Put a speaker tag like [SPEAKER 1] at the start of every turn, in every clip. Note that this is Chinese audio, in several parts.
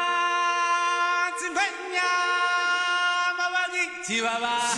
[SPEAKER 1] 那金盆呀，妈妈的吉娃娃。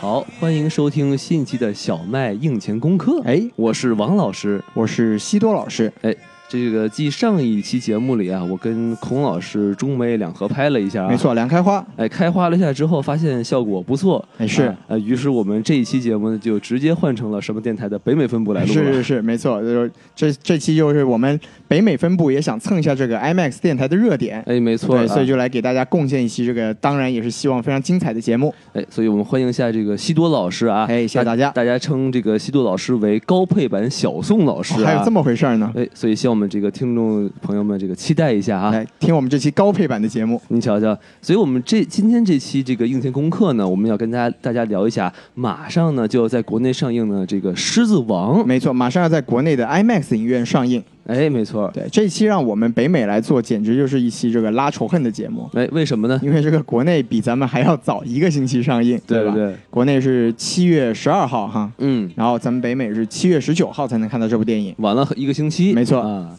[SPEAKER 2] 好，欢迎收听新一期的小麦应前功课。
[SPEAKER 3] 哎
[SPEAKER 2] 我是王老师。
[SPEAKER 3] 我是西多老师，
[SPEAKER 2] 哎，这个继上一期节目里啊，我跟孔老师中美两合拍了一下、啊
[SPEAKER 3] 没。错，梁开花，
[SPEAKER 2] 哎，开花了一下之后，发现效果不错，
[SPEAKER 3] 哎是
[SPEAKER 2] 啊呃，于是我们这一期节目呢，就直接换成了什么电台的北美分部来录
[SPEAKER 3] 是
[SPEAKER 2] 了。
[SPEAKER 3] 是是，没错，就是这这期就是我们北美分部也想蹭一下这个 IMAX 电台的热点，
[SPEAKER 2] 哎，没错，
[SPEAKER 3] 对，所以
[SPEAKER 2] 啊
[SPEAKER 3] 就来给大家贡献一期这个，当然也是希望非常精彩的节目。
[SPEAKER 2] 哎，所以我们欢迎一下这个西多老师啊，
[SPEAKER 3] 哎谢谢大家
[SPEAKER 2] 大家称这个西多老师为高配版小宋老师、
[SPEAKER 3] 哦
[SPEAKER 2] 啊
[SPEAKER 3] 还有这么回事儿呢？
[SPEAKER 2] 哎，所以希望我们这个听众朋友们这个期待一下啊。
[SPEAKER 3] 来听我们这期高配版的节目，
[SPEAKER 2] 你瞧瞧，所以我们这今天这期这个应前功课呢，我们要跟大家大家聊一下，马上呢就要在国内上映的这个《狮子王》。
[SPEAKER 3] 没错，马上要在国内的 IMAX 影院上映。
[SPEAKER 2] 哎，没错。
[SPEAKER 3] 对，这一期让我们北美来做，简直就是一期这个拉仇恨的节目。
[SPEAKER 2] 哎，为什么呢？
[SPEAKER 3] 因为这个国内比咱们还要早一个星期上映，
[SPEAKER 2] 对
[SPEAKER 3] 吧？
[SPEAKER 2] 对
[SPEAKER 3] 国内是七月十二号哈，
[SPEAKER 2] 嗯，
[SPEAKER 3] 然后咱们北美是七月十九号才能看到这部电影。
[SPEAKER 2] 晚了一个星期。
[SPEAKER 3] 没错
[SPEAKER 2] 啊。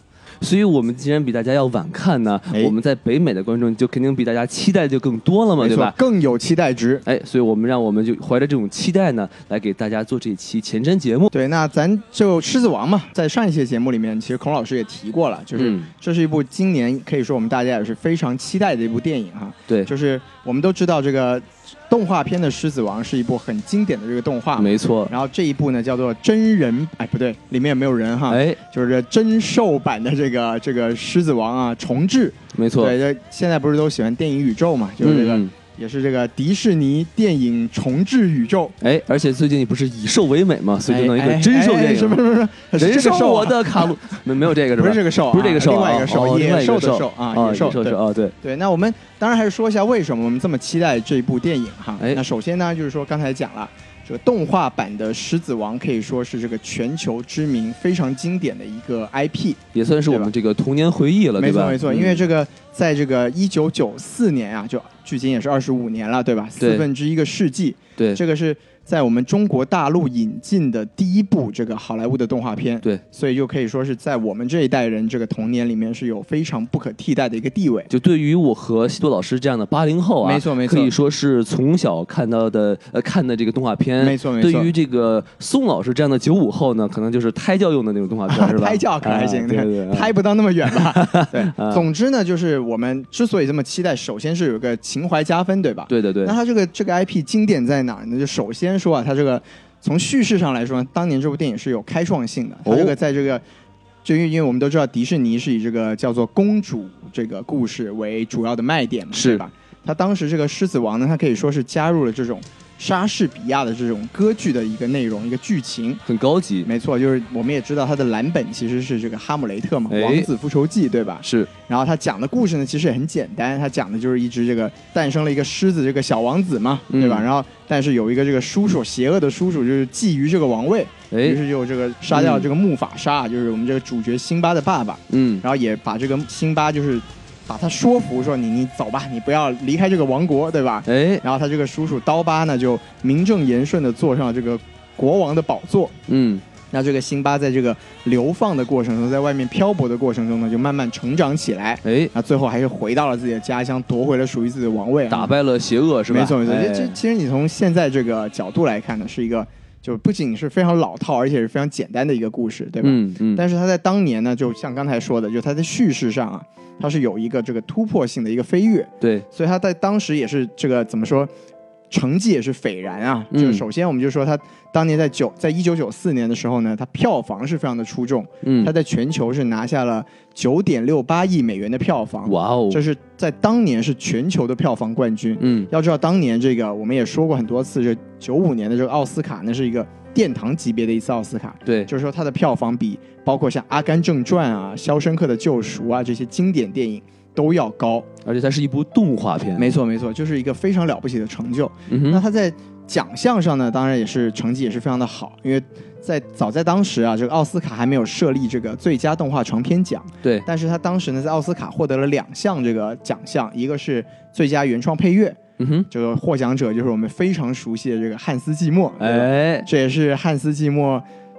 [SPEAKER 2] 所以我们既然比大家要晚看呢，
[SPEAKER 3] 哎
[SPEAKER 2] 我们在北美的观众就肯定比大家期待就更多了嘛，
[SPEAKER 3] 没
[SPEAKER 2] 对
[SPEAKER 3] 错
[SPEAKER 2] 吧，？
[SPEAKER 3] 更有期待值。
[SPEAKER 2] 哎，所以我们让我们就怀着这种期待呢，来给大家做这一期前瞻节目。
[SPEAKER 3] 对，那咱就《狮子王》嘛，在上一期的节目里面，其实孔老师也提过了，就是
[SPEAKER 2] 嗯
[SPEAKER 3] 这是一部今年可以说我们大家也是非常期待的一部电影哈。
[SPEAKER 2] 对，
[SPEAKER 3] 就是我们都知道这个动画片的《狮子王》是一部很经典的这个动画嘛，
[SPEAKER 2] 没错。
[SPEAKER 3] 然后这一部呢叫做真人，哎不对，里面也没有人哈，
[SPEAKER 2] 哎，
[SPEAKER 3] 就是这真兽版的这个这个《狮子王》啊重置。
[SPEAKER 2] 没错。
[SPEAKER 3] 对，这现在不是都喜欢电影宇宙嘛，就是这个。
[SPEAKER 2] 嗯
[SPEAKER 3] 也是这个迪士尼电影重置宇宙，
[SPEAKER 2] 哎，而且最近你不是以兽为美嘛，所以就弄一个真兽电
[SPEAKER 3] 哎哎什么
[SPEAKER 2] 影。
[SPEAKER 3] 什么什么，
[SPEAKER 2] 人
[SPEAKER 3] 是这个
[SPEAKER 2] 兽
[SPEAKER 3] 兽
[SPEAKER 2] 我
[SPEAKER 3] 啊，
[SPEAKER 2] 的卡路， 没没有这个是吧？
[SPEAKER 3] 不是这个兽啊
[SPEAKER 2] 不是这个兽啊，
[SPEAKER 3] 另外一个兽
[SPEAKER 2] 哦哦
[SPEAKER 3] 野
[SPEAKER 2] 另外一
[SPEAKER 3] 兽
[SPEAKER 2] 个
[SPEAKER 3] 的
[SPEAKER 2] 兽
[SPEAKER 3] 兽啊
[SPEAKER 2] 哦
[SPEAKER 3] 野兽
[SPEAKER 2] 兽是
[SPEAKER 3] 对
[SPEAKER 2] 啊，对，
[SPEAKER 3] 对。那我们当然还是说一下为什么我们这么期待这一部电影哈。
[SPEAKER 2] 哎
[SPEAKER 3] 那首先呢，就是说刚才讲了，这个动画版的《狮子王》可以说是这个全球知名、非常经典的一个 IP。
[SPEAKER 2] 也算是我们这个童年回忆了，
[SPEAKER 3] 没
[SPEAKER 2] 对
[SPEAKER 3] 错
[SPEAKER 2] 吧？
[SPEAKER 3] 没错，
[SPEAKER 2] 嗯
[SPEAKER 3] 因为这个在这个一九九四年啊，就距今也是二十五年了，对吧？
[SPEAKER 2] 对
[SPEAKER 3] 四分之一个世纪，
[SPEAKER 2] 对
[SPEAKER 3] 这个是在我们中国大陆引进的第一部这个好莱坞的动画片。
[SPEAKER 2] 对，
[SPEAKER 3] 所以就可以说是在我们这一代人这个童年里面是有非常不可替代的一个地位。
[SPEAKER 2] 就对于我和西多老师这样的八零后啊，
[SPEAKER 3] 没错没错
[SPEAKER 2] 可以说是从小看到的呃看的这个动画片，
[SPEAKER 3] 没错没错
[SPEAKER 2] 对于这个宋老师这样的九五后呢，可能就是胎教用的那种动画片是 吧？
[SPEAKER 3] 拍照可还行，
[SPEAKER 2] 啊对 对嗯对，
[SPEAKER 3] 拍不到那么远吧？ 对，总之呢，就是我们之所以这么期待，首先是有个情怀加分，对吧？
[SPEAKER 2] 对对对
[SPEAKER 3] 那，它这个这个 IP 经典在哪儿呢？就首先说啊，它这个从叙事上来说，当年这部电影是有开创性的。它这
[SPEAKER 2] 哦
[SPEAKER 3] 个在这个，就因为因为我们都知道迪士尼是以这个叫做公主这个故事为主要的卖点嘛，
[SPEAKER 2] 是
[SPEAKER 3] 对吧？它当时这个狮子王呢，它可以说是加入了这种莎士比亚的这种歌剧的一个内容一个剧情。
[SPEAKER 2] 很高级，
[SPEAKER 3] 没错，就是我们也知道它的蓝本其实是这个《哈姆雷特》嘛，
[SPEAKER 2] 哎
[SPEAKER 3] 《王子复仇记》对吧？
[SPEAKER 2] 是
[SPEAKER 3] 然后他讲的故事呢，其实也很简单，他讲的就是一只这个诞生了一个狮子，这个小王子嘛，
[SPEAKER 2] 嗯
[SPEAKER 3] 对吧？然后但是有一个这个叔叔，邪恶的叔叔就是觊觎这个王位，于
[SPEAKER 2] 哎，
[SPEAKER 3] 是就这个杀掉这个木法沙，就是我们这个主角辛巴的爸爸，
[SPEAKER 2] 嗯，
[SPEAKER 3] 然后也把这个辛巴就是把他说服，说你你走吧，你不要离开这个王国，对吧？
[SPEAKER 2] 哎，
[SPEAKER 3] 然后他这个叔叔刀疤呢，就名正言顺的坐上了这个国王的宝座。
[SPEAKER 2] 嗯，
[SPEAKER 3] 那这个辛巴在这个流放的过程中，在外面漂泊的过程中呢，就慢慢成长起来。
[SPEAKER 2] 哎，
[SPEAKER 3] 那最后还是回到了自己的家乡，夺回了属于自己的王位啊、
[SPEAKER 2] 打败了邪恶是吧？
[SPEAKER 3] 没错没错，
[SPEAKER 2] 哎
[SPEAKER 3] 这这其实你从现在这个角度来看呢，是一个就不仅是非常老套，而且是非常简单的一个故事，对吧？
[SPEAKER 2] 嗯嗯，
[SPEAKER 3] 但是它在当年呢，就像刚才说的，就它在叙事上啊，它是有一个这个突破性的一个飞跃，
[SPEAKER 2] 对，
[SPEAKER 3] 所以它在当时也是这个怎么说？成绩也是斐然啊。
[SPEAKER 2] 嗯
[SPEAKER 3] 就首先我们就说它当年在九在一九九四年的时候呢，它票房是非常的出众，
[SPEAKER 2] 嗯
[SPEAKER 3] 它，在全球是拿下了九点六八亿美元的票房，
[SPEAKER 2] 哇哦，
[SPEAKER 3] 这是在当年是全球的票房冠军。
[SPEAKER 2] 嗯
[SPEAKER 3] 要知道，当年这个我们也说过很多次，这九五年的这个奥斯卡，那是一个殿堂级别的一次奥斯卡。
[SPEAKER 2] 对，
[SPEAKER 3] 就是说它的票房比包括像《阿甘正传》啊、《肖申克的救赎啊》这些经典电影都要高。
[SPEAKER 2] 而且它是一部动画片，
[SPEAKER 3] 没错，没错，就是一个非常了不起的成就。
[SPEAKER 2] 嗯
[SPEAKER 3] 那
[SPEAKER 2] 哼，
[SPEAKER 3] 它在奖项上呢，当然也是成绩也是非常的好，因为在早在当时啊，这个奥斯卡还没有设立这个最佳动画长片奖，
[SPEAKER 2] 对，
[SPEAKER 3] 但是它当时呢在奥斯卡获得了两项这个奖项，一个是最佳原创配乐，
[SPEAKER 2] 嗯哼，
[SPEAKER 3] 这个获奖者就是我们非常熟悉的这个汉斯季默，对吧
[SPEAKER 2] 哎，
[SPEAKER 3] 这也是汉斯季默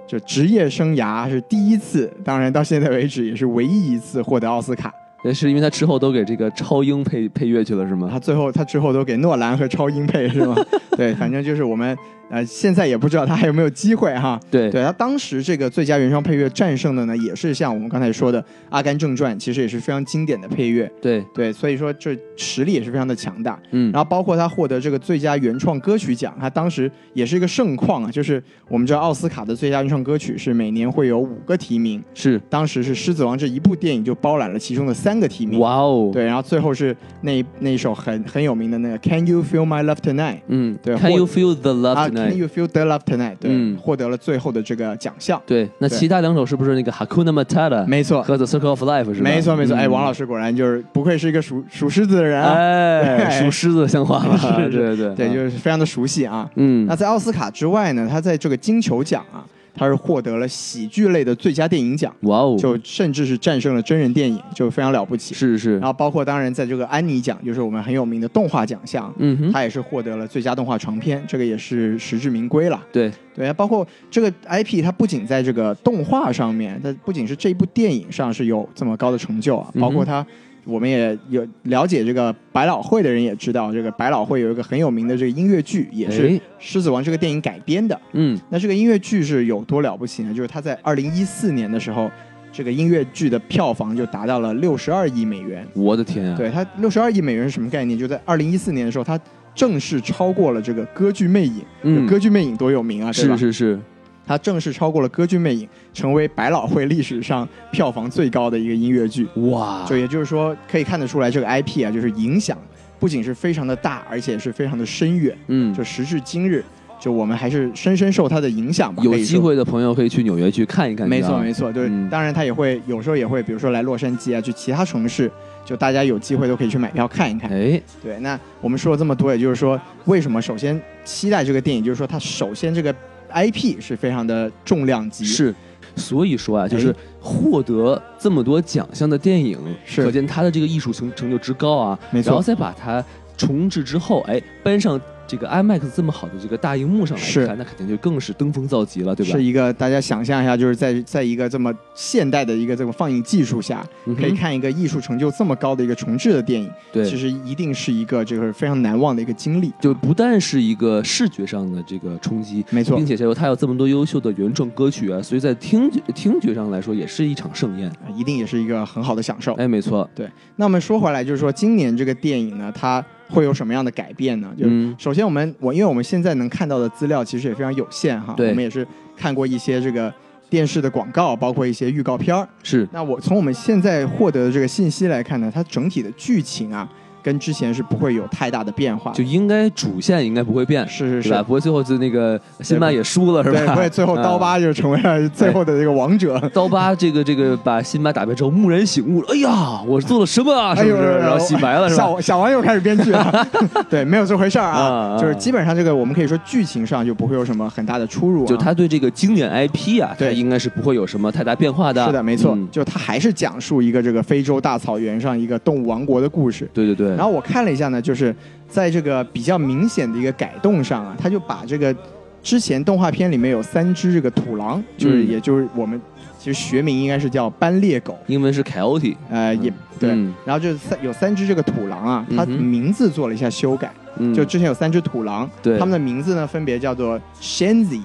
[SPEAKER 3] 这职业生涯是第一次，当然到现在为止也是唯一一次获得奥斯卡。
[SPEAKER 2] 那是因为它之后都给这个超英配配乐去了是吗？
[SPEAKER 3] 他最后他之后都给诺兰和超英配是 吗？对，反正就是我们呃现在也不知道他还有没有机会哈。
[SPEAKER 2] 对，
[SPEAKER 3] 对他当时这个最佳原创配乐战胜的呢，也是像我们刚才说的《阿甘正传》，其实也是非常经典的配乐。
[SPEAKER 2] 对，
[SPEAKER 3] 对，所以说这实力也是非常的强大。
[SPEAKER 2] 嗯
[SPEAKER 3] 然后包括他获得这个最佳原创歌曲奖，他当时也是一个盛况啊，就是我们知道奥斯卡的最佳原创歌曲是每年会有五个提名，
[SPEAKER 2] 是，
[SPEAKER 3] 当时是《狮子王》这一部电影就包揽了其中的三个提名。
[SPEAKER 2] 哇哦，，
[SPEAKER 3] 对，然后最后是那那一首很很有名的那个《Can You Feel My Love Tonight》
[SPEAKER 2] 嗯
[SPEAKER 3] 对
[SPEAKER 2] ，Can
[SPEAKER 3] 或
[SPEAKER 2] you feel the love
[SPEAKER 3] 啊，《Can
[SPEAKER 2] tonight？
[SPEAKER 3] You Feel the Love Tonight》对，
[SPEAKER 2] 嗯
[SPEAKER 3] 获得了最后的这个奖项。
[SPEAKER 2] 对，那
[SPEAKER 3] 对
[SPEAKER 2] 其他两首是不是那个 Hakuna Matata
[SPEAKER 3] 没错，
[SPEAKER 2] 和 The Circle of Life 是吧？
[SPEAKER 3] 没错，没错。哎，
[SPEAKER 2] 嗯
[SPEAKER 3] 王老师果然就是不愧是一个属属狮子的人啊，
[SPEAKER 2] 哎，
[SPEAKER 3] 对
[SPEAKER 2] 属狮子像话吗？
[SPEAKER 3] 是是
[SPEAKER 2] 对对
[SPEAKER 3] 对，
[SPEAKER 2] 啊
[SPEAKER 3] 就是非常的熟悉啊。
[SPEAKER 2] 嗯
[SPEAKER 3] 那在奥斯卡之外呢，他在这个金球奖啊，他是获得了喜剧类的最佳电影奖，
[SPEAKER 2] 哇哦，
[SPEAKER 3] 就甚至是战胜了真人电影，就非常了不起。
[SPEAKER 2] 是是
[SPEAKER 3] 然，后包括当然在这个安妮奖，就是我们很有名的动画奖项，
[SPEAKER 2] 嗯哼，
[SPEAKER 3] 他也是获得了最佳动画长片，这个也是实至名归了。
[SPEAKER 2] 对，
[SPEAKER 3] 对，啊包括这个 IP，它不仅在这个动画上面，它不仅是这一部电影上是有这么高的成就啊，
[SPEAKER 2] 嗯哼
[SPEAKER 3] 包括它，我们也有了解这个百老汇的人也知道，这个百老汇有一个很有名的这个音乐剧，也是《
[SPEAKER 2] 哎
[SPEAKER 3] 狮子王》这个电影改编的。
[SPEAKER 2] 嗯
[SPEAKER 3] 那这个音乐剧是有多了不起呢？就是它在二零一四年的时候，这个音乐剧的票房就达到了六十二亿美元。
[SPEAKER 2] 我的天啊！
[SPEAKER 3] 对，它六十二亿美元是什么概念？就在二零一四年的时候，它正式超过了这个《歌剧魅影》。
[SPEAKER 2] 嗯，
[SPEAKER 3] 歌剧魅影多有名啊，对吧
[SPEAKER 2] 是？是是，
[SPEAKER 3] 它正式超过了《歌剧魅影》，成为百老汇历史上票房最高的一个音乐剧。
[SPEAKER 2] 哇
[SPEAKER 3] 就，也就是说，可以看得出来，这个 IP 啊，就是影响不仅是非常的大，而且也是非常的深远。
[SPEAKER 2] 嗯
[SPEAKER 3] 就，时至今日，就我们还是深深受它的影响吧。
[SPEAKER 2] 有
[SPEAKER 3] 可以说
[SPEAKER 2] 机。会的朋友可以去纽约去看一看，
[SPEAKER 3] 没
[SPEAKER 2] 你知
[SPEAKER 3] 错，
[SPEAKER 2] 道吗
[SPEAKER 3] 没错，就是、
[SPEAKER 2] 嗯
[SPEAKER 3] 当然，它也会有时候也会，比如说来洛杉矶啊，去其他城市，就大家有机会都可以去买票看一看。
[SPEAKER 2] 哎，
[SPEAKER 3] 对，那我们说了这么多，也就是说，为什么首先期待这个电影，就是说它首先这个 IP 是非常的重量级，
[SPEAKER 2] 是，所以说啊，就是
[SPEAKER 3] 哎
[SPEAKER 2] 获得这么多奖项的电影，
[SPEAKER 3] 是
[SPEAKER 2] 可见他的这个艺术成成就之高啊。
[SPEAKER 3] 没错
[SPEAKER 2] 然后再把它重置之后，哎，搬上这个 IMAX 这么好的这个大荧幕上来
[SPEAKER 3] 是
[SPEAKER 2] 看，那肯定就更是登峰造极了，对吧？
[SPEAKER 3] 是一个大家想象一下，就是在在一个这么现代的一个这个放映技术下，
[SPEAKER 2] 嗯哼
[SPEAKER 3] 可以看一个艺术成就这么高的一个重置的电影，其
[SPEAKER 2] 对。
[SPEAKER 3] 实一定是一个就是非常难忘的一个经历。
[SPEAKER 2] 就不但是一个视觉上的这个冲击，
[SPEAKER 3] 没错
[SPEAKER 2] 并且再有它有这么多优秀的原创歌曲啊，所以在听觉听觉上来说也是一场盛宴。
[SPEAKER 3] 啊一定也是一个很好的享受。
[SPEAKER 2] 哎，没错，
[SPEAKER 3] 那么说回来，就是说今年这个电影呢，它会有什么样的改变呢？就是
[SPEAKER 2] 嗯
[SPEAKER 3] 首先我们我因为我们现在能看到的资料其实也非常有限哈，我
[SPEAKER 2] 对
[SPEAKER 3] 们也是看过一些这个电视的广告，包括一些预告片儿。
[SPEAKER 2] 是
[SPEAKER 3] 那我从我们现在获得的这个信息来看呢，它整体的剧情啊，跟之前是不会有太大的变化。
[SPEAKER 2] 就应该主线应该不会变，
[SPEAKER 3] 是是
[SPEAKER 2] 对吧？
[SPEAKER 3] 是，
[SPEAKER 2] 不会最后就那个辛巴也输了是
[SPEAKER 3] 对，
[SPEAKER 2] 吧？
[SPEAKER 3] 不会最后刀
[SPEAKER 2] 啊、
[SPEAKER 3] 疤就成为了最后的这个王者。
[SPEAKER 2] 刀疤这个这个把辛巴打败之后蓦然醒悟，哎 呀，我做了什么啊？是
[SPEAKER 3] 哎
[SPEAKER 2] 不是？然后洗白了是
[SPEAKER 3] 小
[SPEAKER 2] 吧？
[SPEAKER 3] 王小王又开始编 剧了，对，没有这回事儿
[SPEAKER 2] 啊
[SPEAKER 3] 啊，
[SPEAKER 2] 啊
[SPEAKER 3] 就是基本上这个我们可以说剧情上就不会有什么很大的出入啊，
[SPEAKER 2] 就他对这个经典 IP 啊，
[SPEAKER 3] 对
[SPEAKER 2] 他应该是不会有什么太大变化的。
[SPEAKER 3] 是的，没错
[SPEAKER 2] 嗯，
[SPEAKER 3] 就它还是讲述一个这个非洲大草原上一个动物王国的故事。
[SPEAKER 2] 对对对。
[SPEAKER 3] 然后我看了一下呢，就是在这个比较明显的一个改动上啊，他就把这个之前动画片里面有三只这个土狼，就是
[SPEAKER 2] 嗯
[SPEAKER 3] 也就是我们其实学名应该是叫斑鬣狗，
[SPEAKER 2] 英文是凯欧体，
[SPEAKER 3] 呃，也对。
[SPEAKER 2] 嗯
[SPEAKER 3] 然后就三有三只这个土狼啊，它
[SPEAKER 2] 嗯哼
[SPEAKER 3] 名字做了一下修改，
[SPEAKER 2] 嗯，
[SPEAKER 3] 就之前有三只土狼，
[SPEAKER 2] 对
[SPEAKER 3] 它们的名字呢分别叫做 Shenzi、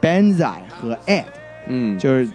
[SPEAKER 3] Banzai 和 Ed，
[SPEAKER 2] 嗯
[SPEAKER 3] 就是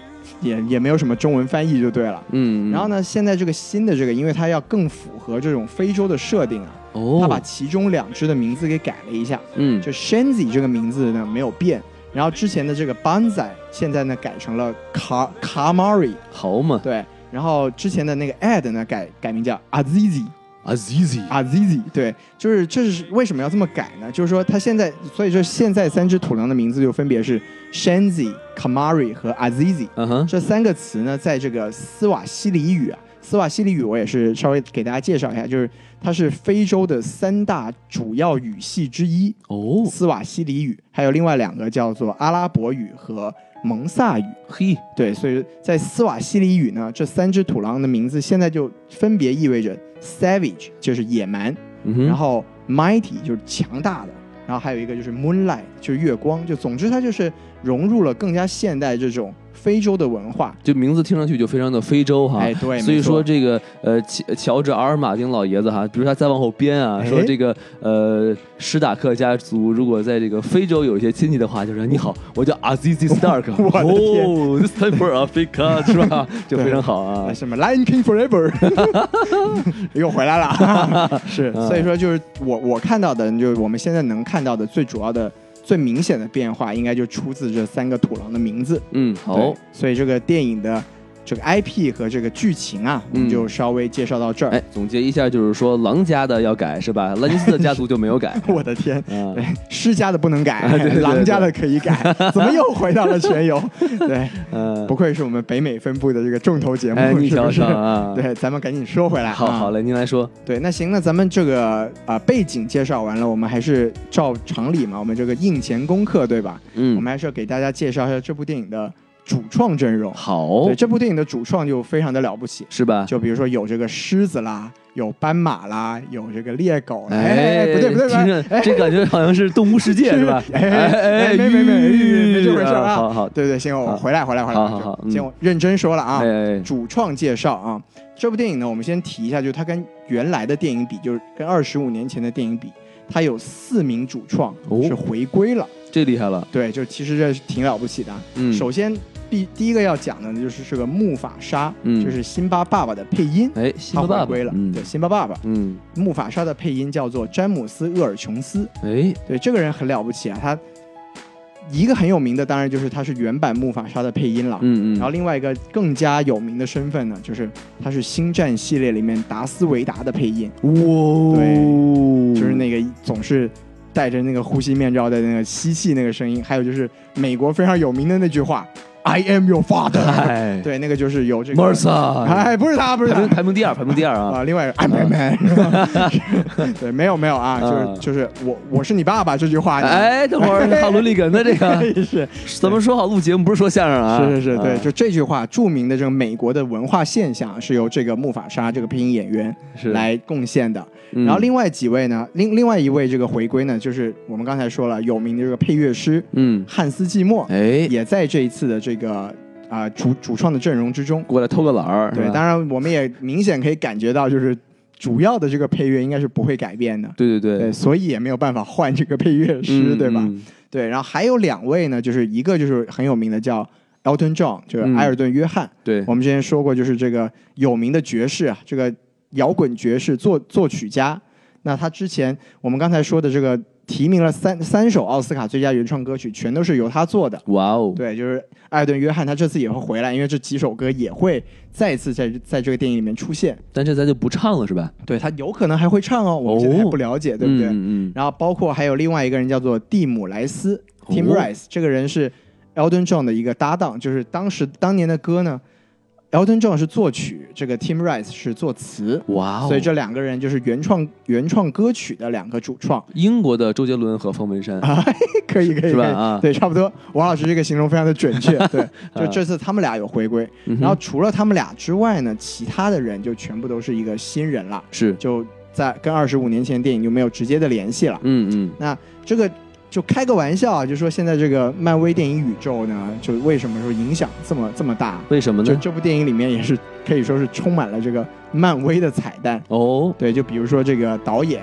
[SPEAKER 3] 也也没有什么中文翻译就对了。
[SPEAKER 2] 嗯，
[SPEAKER 3] 然后
[SPEAKER 2] 呢？
[SPEAKER 3] 呢，现在这个新的这个，因为它要更符合这种非洲的设定啊，
[SPEAKER 2] 哦
[SPEAKER 3] 他把其中两只的名字给改了一下，
[SPEAKER 2] 嗯
[SPEAKER 3] 就 Shenzi 这个名字呢没有变，然后之前的这个 Banzai 现在呢改成了 Ka Kamari，
[SPEAKER 2] 好嘛
[SPEAKER 3] 对，然后之前的那个 Ad 呢改改名叫 Azizi。
[SPEAKER 2] ，Azizi，
[SPEAKER 3] 啊，Zizi，对，就是这是为什么要这么改呢？就是说他现在，所以说现在三只土狼的名字就分别是 Shenzi、Kamari 和 Azizi
[SPEAKER 2] 嗯哼，
[SPEAKER 3] 这三个词呢，在这个斯瓦西里语啊，斯瓦西里语我也是稍微给大家介绍一下，就是它是非洲的三大主要语系之一，
[SPEAKER 2] 哦，
[SPEAKER 3] 斯瓦西里语，还有另外两个叫做阿拉伯语和蒙萨语。
[SPEAKER 2] 嘿，
[SPEAKER 3] 对，所以在斯瓦西里语呢，这三只土狼的名字现在就分别意味着 savage 就是野蛮，
[SPEAKER 2] 嗯哼，
[SPEAKER 3] 然后 mighty 就是强大的，然后还有一个就是 moonlight 就是月光，就总之它就是融入了更加现代这种非洲的文化。
[SPEAKER 2] 就名字听上去就非常的非洲哈。
[SPEAKER 3] 哎，对，
[SPEAKER 2] 所以
[SPEAKER 3] 没错
[SPEAKER 2] 说这个呃，乔乔治·阿尔马丁老爷子哈，比如他再往后编啊，
[SPEAKER 3] 哎
[SPEAKER 2] 说这个呃，史达克家族如果在这个非洲有一些亲戚的话，就说你好，我叫 Aziz Stark，
[SPEAKER 3] 我的天
[SPEAKER 2] 哦，This time for Africa 是吧？就非常好啊
[SPEAKER 3] 啊，。什么 Lion King Forever 又回来了， 是，
[SPEAKER 2] 嗯
[SPEAKER 3] 所以说就是我我看到的，就是我们现在能看到的最主要的、最明显的变化，应该就出自这三个土狼的名字。
[SPEAKER 2] 嗯，好
[SPEAKER 3] 对，，所以这个电影的这个 IP 和这个剧情啊，我们
[SPEAKER 2] 嗯
[SPEAKER 3] 就稍微介绍到这儿。
[SPEAKER 2] 哎，总结一下就是说，狼家的要改是吧？兰尼斯特家族就没有改
[SPEAKER 3] 我的天！
[SPEAKER 2] 啊。
[SPEAKER 3] 对，施家的不能改，
[SPEAKER 2] 对对对
[SPEAKER 3] 狼家的可以改，怎么又回到了 全游？对，
[SPEAKER 2] 嗯
[SPEAKER 3] 不，愧是我们北美分部的这个重头节目，
[SPEAKER 2] 哎，你
[SPEAKER 3] 是
[SPEAKER 2] 瞧
[SPEAKER 3] 不是
[SPEAKER 2] 瞧？啊，，
[SPEAKER 3] 对，咱们赶紧说回来啊。
[SPEAKER 2] 好好嘞，您来说，
[SPEAKER 3] 对，那行，那咱们这个啊、呃背景介绍完了，我们还是照常理嘛，我们这个应前功课对吧？我
[SPEAKER 2] 嗯，
[SPEAKER 3] 们还是要给大家介绍一下这部电影的主创阵容。
[SPEAKER 2] 好
[SPEAKER 3] 对，，这部电影的主创就非常的了不起，
[SPEAKER 2] 是吧？
[SPEAKER 3] 就比如说有这个狮子啦，有斑马啦，有这个猎狗啦。
[SPEAKER 2] 哎，
[SPEAKER 3] 不对不对不
[SPEAKER 2] 听
[SPEAKER 3] 对，
[SPEAKER 2] 着这感觉好像是动物世界是吧？哎
[SPEAKER 3] 哎哎没没没没这回事啊
[SPEAKER 2] 好好，
[SPEAKER 3] 对对，行，我
[SPEAKER 2] 好
[SPEAKER 3] 回来回来回来，
[SPEAKER 2] 好好好嗯
[SPEAKER 3] 行，我认真说了啊。
[SPEAKER 2] 哎哎，
[SPEAKER 3] 主创介绍啊，这部电影呢，我们先提一下，就是它跟原来的电影比，就是跟二十五年前的电影比，它有四名主创
[SPEAKER 2] 哦
[SPEAKER 3] 是回归了。
[SPEAKER 2] 这厉害了，
[SPEAKER 3] 对，就其实这是挺了不起的。啊
[SPEAKER 2] 嗯，
[SPEAKER 3] 首先，第第一个要讲的呢，就是这个木法沙，
[SPEAKER 2] 嗯
[SPEAKER 3] 就是辛巴爸爸的配音，
[SPEAKER 2] 哎，辛
[SPEAKER 3] 他
[SPEAKER 2] 巴爸
[SPEAKER 3] 回
[SPEAKER 2] 爸
[SPEAKER 3] 归了。
[SPEAKER 2] 嗯
[SPEAKER 3] 对，辛巴爸爸，
[SPEAKER 2] 嗯，
[SPEAKER 3] 木法沙的配音叫做詹姆斯·厄尔琼斯。
[SPEAKER 2] 哎，
[SPEAKER 3] 对，这个人很了不起啊，他一个很有名的，当然就是他是原版木法沙的配音了。
[SPEAKER 2] 嗯嗯，
[SPEAKER 3] 然后另外一个更加有名的身份呢，就是他是《星战》系列里面达斯维达的配音，
[SPEAKER 2] 哇，嗯
[SPEAKER 3] 就是那个总是戴着那个呼吸面罩的那个吸气那个声音，还有就是美国非常有名的那句话 “I am your father”，
[SPEAKER 2] 哎，
[SPEAKER 3] 对，那个就是有这个
[SPEAKER 2] 莫尔萨，
[SPEAKER 3] 哎，不是他，不是
[SPEAKER 2] 排
[SPEAKER 3] 他
[SPEAKER 2] 名。排名第二，排名第二 啊，
[SPEAKER 3] 啊，另外 I'm your man，对，没有没有啊，
[SPEAKER 2] 啊
[SPEAKER 3] 就是就是我我是你爸爸这句话，你
[SPEAKER 2] 哎，等会儿好伦理梗的这 个，
[SPEAKER 3] 是
[SPEAKER 2] 咱们说好录节目，不是说相声 啊，
[SPEAKER 3] 哎是是是，对，
[SPEAKER 2] 啊
[SPEAKER 3] 就这句话，著名的这个美国的文化现象是由这个木法沙这个配音演员
[SPEAKER 2] 是，
[SPEAKER 3] 来贡献的。
[SPEAKER 2] 嗯
[SPEAKER 3] 然后另外几位呢，另另外一位这个回归呢，就是我们刚才说了有名的这个配乐师
[SPEAKER 2] 嗯，
[SPEAKER 3] 汉斯季默，
[SPEAKER 2] 哎，
[SPEAKER 3] 也在这一次的这个啊、主主创的阵容之中。
[SPEAKER 2] 过来偷个懒儿，
[SPEAKER 3] 对，当
[SPEAKER 2] 然，
[SPEAKER 3] 然我们也明显可以感觉到，就是主要的这个配乐应该是不会改变的。
[SPEAKER 2] 对对
[SPEAKER 3] 对，
[SPEAKER 2] 对，
[SPEAKER 3] 所以也没有办法换这个配乐师，
[SPEAKER 2] 嗯
[SPEAKER 3] 对吧？
[SPEAKER 2] 嗯
[SPEAKER 3] 对，然后还有两位呢，就是一个就是很有名的叫 Elton John，就是
[SPEAKER 2] 嗯
[SPEAKER 3] 埃尔顿·约翰。
[SPEAKER 2] 对，
[SPEAKER 3] 我们之前说过，就是这个有名的爵士啊，这个摇滚爵士作作曲家。那他之前我们刚才说的这个提名了三三首奥斯卡最佳原创歌曲，全都是由他做的。
[SPEAKER 2] 哇哦，
[SPEAKER 3] 对，就是艾尔顿·约翰，他这次也会回来，因为这几首歌也会再次在在这个电影里面出现。
[SPEAKER 2] 但这咱就不唱了是吧？
[SPEAKER 3] 对他有可能还会唱哦，我们现在还不了解，对不对？
[SPEAKER 2] 嗯嗯
[SPEAKER 3] 然后包括还有另外一个人叫做蒂姆莱斯
[SPEAKER 2] 哦
[SPEAKER 3] （Tim Rice），、这个人是 Elton John 的一个搭档，就是当时当年的歌呢，Elton John 是作曲，这个 Tim Rice 是作词，
[SPEAKER 2] 嗯，哇哦，
[SPEAKER 3] 所以这两个人就是原创原创歌曲的两个主创， 哎
[SPEAKER 2] 英国的周杰伦和方文山，
[SPEAKER 3] 可以可以可以
[SPEAKER 2] 是吧啊
[SPEAKER 3] 对，差不多。王老师这个形容非常的准确， 对，就这次他们俩有回归，
[SPEAKER 2] 嗯哼
[SPEAKER 3] 然后除了他们俩之外呢，其他的人就全部都是一个新人了，
[SPEAKER 2] 是，
[SPEAKER 3] 就在跟二十五年前的电影就没有直接的联系了。
[SPEAKER 2] 嗯嗯，
[SPEAKER 3] 那这个就开个玩笑啊，就说现在这个漫威电影宇宙呢，就为什么说影响这么这么大？
[SPEAKER 2] 为什么
[SPEAKER 3] 就
[SPEAKER 2] 呢？
[SPEAKER 3] 这部电影里面也是可以说是充满了这个漫威的彩蛋。
[SPEAKER 2] 哦，
[SPEAKER 3] 对，就比如说这个导演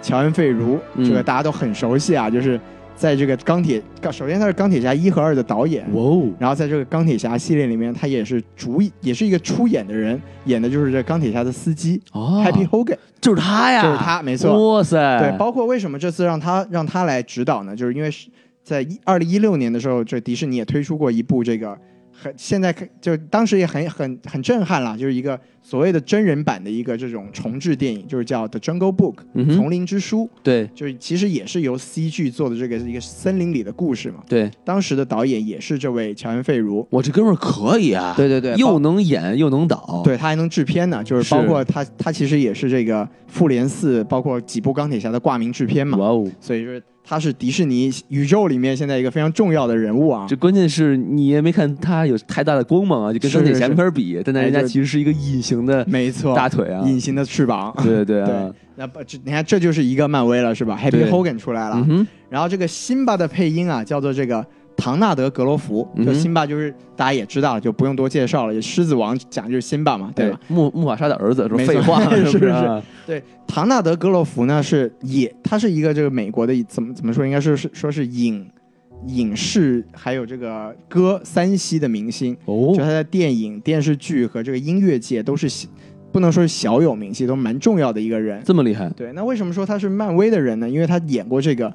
[SPEAKER 3] 乔恩·费如，
[SPEAKER 2] 嗯
[SPEAKER 3] 这个大家都很熟悉啊，就是在这个钢铁，首先他是钢铁侠一和二的导演，
[SPEAKER 2] 哇哦，
[SPEAKER 3] 然后在这个钢铁侠系列里面，他也是主也是一个出演的人，演的就是这钢铁侠的司机、
[SPEAKER 2] 哦啊
[SPEAKER 3] Happy Hogan，
[SPEAKER 2] 就是他呀，
[SPEAKER 3] 就是他没错
[SPEAKER 2] 哇塞，
[SPEAKER 3] 对，包括为什么这次让他让他来指导呢？就是因为是在一二零一六年的时候，这迪士尼也推出过一部这个很现在看就当时也很很很震撼了，就是一个所谓的真人版的一个这种重制电影，就是叫《The Jungle Book》
[SPEAKER 2] 嗯哼
[SPEAKER 3] 丛林之书，
[SPEAKER 2] 对
[SPEAKER 3] 就是其实也是由 CG 做的这个一个森林里的故事嘛。
[SPEAKER 2] 对，
[SPEAKER 3] 当时的导演也是这位乔恩·费如，
[SPEAKER 2] 我这哥们儿可以啊，
[SPEAKER 3] 对对对
[SPEAKER 2] 又能演又能导，
[SPEAKER 3] 对他还能制片呢，就
[SPEAKER 2] 哦
[SPEAKER 3] 是
[SPEAKER 2] 是
[SPEAKER 3] 包括他，他其实也是这个《复联四》包括几部钢铁侠的挂名制片嘛，
[SPEAKER 2] 哇哦，
[SPEAKER 3] 所以说他是迪士尼宇宙里面现在一个非常重要的人物啊。
[SPEAKER 2] 这关键是你也没看他有太大的光芒啊，就跟
[SPEAKER 3] 是
[SPEAKER 2] 钢铁
[SPEAKER 3] 是
[SPEAKER 2] 侠
[SPEAKER 3] 是
[SPEAKER 2] 没法比，但那
[SPEAKER 3] 哎
[SPEAKER 2] 人家
[SPEAKER 3] 就是
[SPEAKER 2] 其实是一个隐形的
[SPEAKER 3] 没错，
[SPEAKER 2] 大腿啊，
[SPEAKER 3] 隐形的翅 膀。
[SPEAKER 2] 对对对啊
[SPEAKER 3] 对，那不这你看这就是一个漫威了是吧？Happy
[SPEAKER 2] 对
[SPEAKER 3] Hogan 出来了，
[SPEAKER 2] 嗯哼，
[SPEAKER 3] 然后这个辛巴的配音啊叫做这个唐纳德·格罗福，
[SPEAKER 2] 嗯哼
[SPEAKER 3] 就辛巴就是大家也知道了，就不用多介绍了，狮子王讲的就是辛巴嘛，对吧？，
[SPEAKER 2] 木木法沙的儿子说
[SPEAKER 3] 没错
[SPEAKER 2] 废话
[SPEAKER 3] 是
[SPEAKER 2] 不啊
[SPEAKER 3] 对，唐纳德·格洛夫呢是也，他是一个这个美国的怎么怎么说，应该是是说是影影视还有这个歌三栖的明星，
[SPEAKER 2] 哦
[SPEAKER 3] 就他在电影、电视剧和这个音乐界都是小不能说是小有名气，都蛮重要的一个人。
[SPEAKER 2] 这么厉害，
[SPEAKER 3] 对，那为什么说他是漫威的人呢？因为他演过这个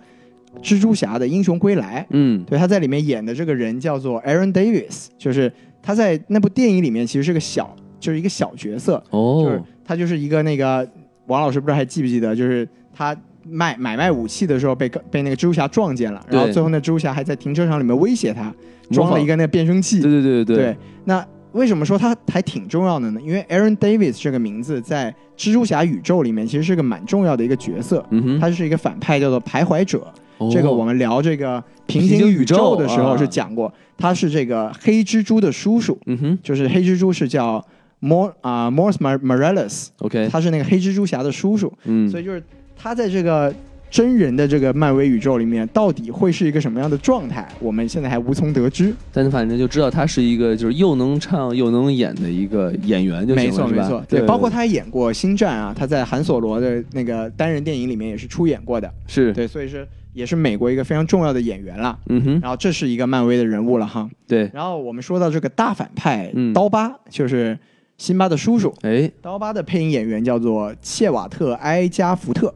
[SPEAKER 3] 蜘蛛侠的《英雄归来》，
[SPEAKER 2] 嗯，
[SPEAKER 3] 对，他在里面演的这个人叫做 Aaron Davis，就是他在那部电影里面其实是个小，就是一个小角色，就是
[SPEAKER 2] 哦，
[SPEAKER 3] 他就是一个那个王老师不知道还记不记得，就是他卖买卖武器的时候被被那个蜘蛛侠撞见了，
[SPEAKER 2] 对
[SPEAKER 3] 然后最后那蜘蛛侠还在停车场里面威胁他，
[SPEAKER 2] 模
[SPEAKER 3] 装了
[SPEAKER 2] 仿
[SPEAKER 3] 一个那变声器。
[SPEAKER 2] 对对对对，
[SPEAKER 3] 那为什么说他还挺重要的呢？因为 Aaron Davis 这个名字在蜘蛛侠宇宙里面其实是个蛮重要的一个角色，
[SPEAKER 2] 嗯
[SPEAKER 3] 他
[SPEAKER 2] 哼，
[SPEAKER 3] 是一个反派叫做徘徊者。
[SPEAKER 2] 哦
[SPEAKER 3] 这个我们聊这个平
[SPEAKER 2] 平
[SPEAKER 3] 行
[SPEAKER 2] 行
[SPEAKER 3] 宇
[SPEAKER 2] 宇宙
[SPEAKER 3] 宙的时候
[SPEAKER 2] 啊
[SPEAKER 3] 是讲过，他是这个黑蜘蛛的叔叔，
[SPEAKER 2] 嗯哼
[SPEAKER 3] 就是黑蜘蛛是叫 Mor 啊 Morse Mar- Morales，
[SPEAKER 2] ，OK，
[SPEAKER 3] 他是那个黑蜘蛛侠的叔叔，
[SPEAKER 2] 嗯，
[SPEAKER 3] 所以就是他在这个真人的这个漫威宇宙里面，到底会是一个什么样的状态，我们现在还无从得知。
[SPEAKER 2] 但是反正就知道他是一个就是又能唱又能演的一个演员就行了，
[SPEAKER 3] 没错，
[SPEAKER 2] 是
[SPEAKER 3] 没
[SPEAKER 2] 吧
[SPEAKER 3] 错，对，包括他还演过《星战》啊，他在韩索罗的那个单人电影里面也是出演过的，
[SPEAKER 2] 是，
[SPEAKER 3] 对，所以是也是美国一个非常重要的演员啦。
[SPEAKER 2] 嗯哼，
[SPEAKER 3] 然后这是一个漫威的人物了哈。
[SPEAKER 2] 对，
[SPEAKER 3] 然后我们说到这个大反派、
[SPEAKER 2] 嗯
[SPEAKER 3] 刀疤，就是辛巴的叔叔，
[SPEAKER 2] 哎，
[SPEAKER 3] 刀疤的配音演员叫做切瓦特·埃加福特，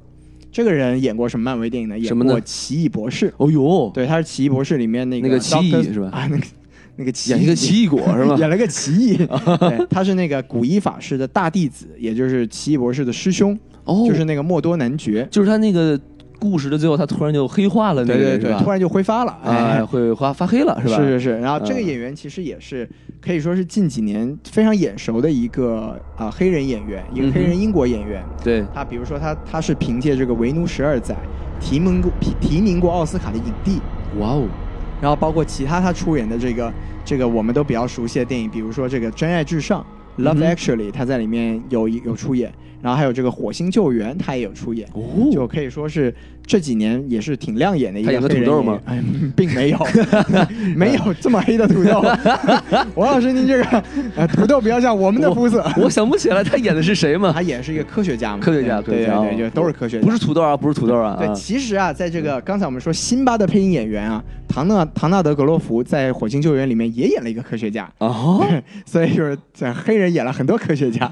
[SPEAKER 3] 这个人演过什么漫威电影呢？演
[SPEAKER 2] 什么呢
[SPEAKER 3] 过《奇异博士》。
[SPEAKER 2] 哦呦，
[SPEAKER 3] 对，他是《奇异博士》里面那个
[SPEAKER 2] 那个奇异
[SPEAKER 3] Dr.
[SPEAKER 2] 是吧
[SPEAKER 3] 啊，那个那个奇？
[SPEAKER 2] 演一个奇异果是吧
[SPEAKER 3] 演了个奇异。对，他是那个古一法师的大弟子，也就是奇异博士的师兄，
[SPEAKER 2] 哦，
[SPEAKER 3] 就是那个莫多男爵。
[SPEAKER 2] 就是他那个故事的最后，他突然就黑化了，那
[SPEAKER 3] 对
[SPEAKER 2] 个
[SPEAKER 3] 对
[SPEAKER 2] 人
[SPEAKER 3] 对
[SPEAKER 2] 是，吧
[SPEAKER 3] 突然就挥发了，
[SPEAKER 2] 哎，会发发黑了是吧？
[SPEAKER 3] 是是是，然后这个
[SPEAKER 2] 嗯
[SPEAKER 3] 演员其实也是可以说是近几年非常眼熟的一个啊、黑人演员，一个
[SPEAKER 2] 嗯哼
[SPEAKER 3] 黑人英国演员。
[SPEAKER 2] 对，
[SPEAKER 3] 他比如说他他是凭借这个《维奴十二载》提名过提提名过奥斯卡的影帝，
[SPEAKER 2] 哇哦，
[SPEAKER 3] 然后包括其他他出演的这个这个我们都比较熟悉的电影，比如说这个《真爱至上》
[SPEAKER 2] 嗯
[SPEAKER 3] （Love
[SPEAKER 2] 哼
[SPEAKER 3] Actually），、他在里面有一有出演，然后还有这个《火星救援》，他也有出演。
[SPEAKER 2] 哦
[SPEAKER 3] 就可以说是这几年也是挺亮眼的一个
[SPEAKER 2] 他演个
[SPEAKER 3] 黑人
[SPEAKER 2] 土豆
[SPEAKER 3] 演员
[SPEAKER 2] 吗？
[SPEAKER 3] 哎，并 没有，没有这么黑的土豆。王老师，您这个呃土豆比较像我们的肤色。
[SPEAKER 2] 我想不起来他演的是谁嘛？
[SPEAKER 3] 他也是一个科学家嘛，
[SPEAKER 2] 科学家，科
[SPEAKER 3] 对
[SPEAKER 2] 学
[SPEAKER 3] 对
[SPEAKER 2] 家，哦
[SPEAKER 3] 对，就都是科学家，
[SPEAKER 2] 不是土豆啊，不是土豆啊，
[SPEAKER 3] 对，
[SPEAKER 2] 啊
[SPEAKER 3] 其实啊，在这个刚才我们说辛巴的配音演员啊，唐纳唐纳德格洛夫在《火星救援》里面也演了一个科学家，
[SPEAKER 2] 哦，
[SPEAKER 3] 所以就是在黑人演了很多科 学家。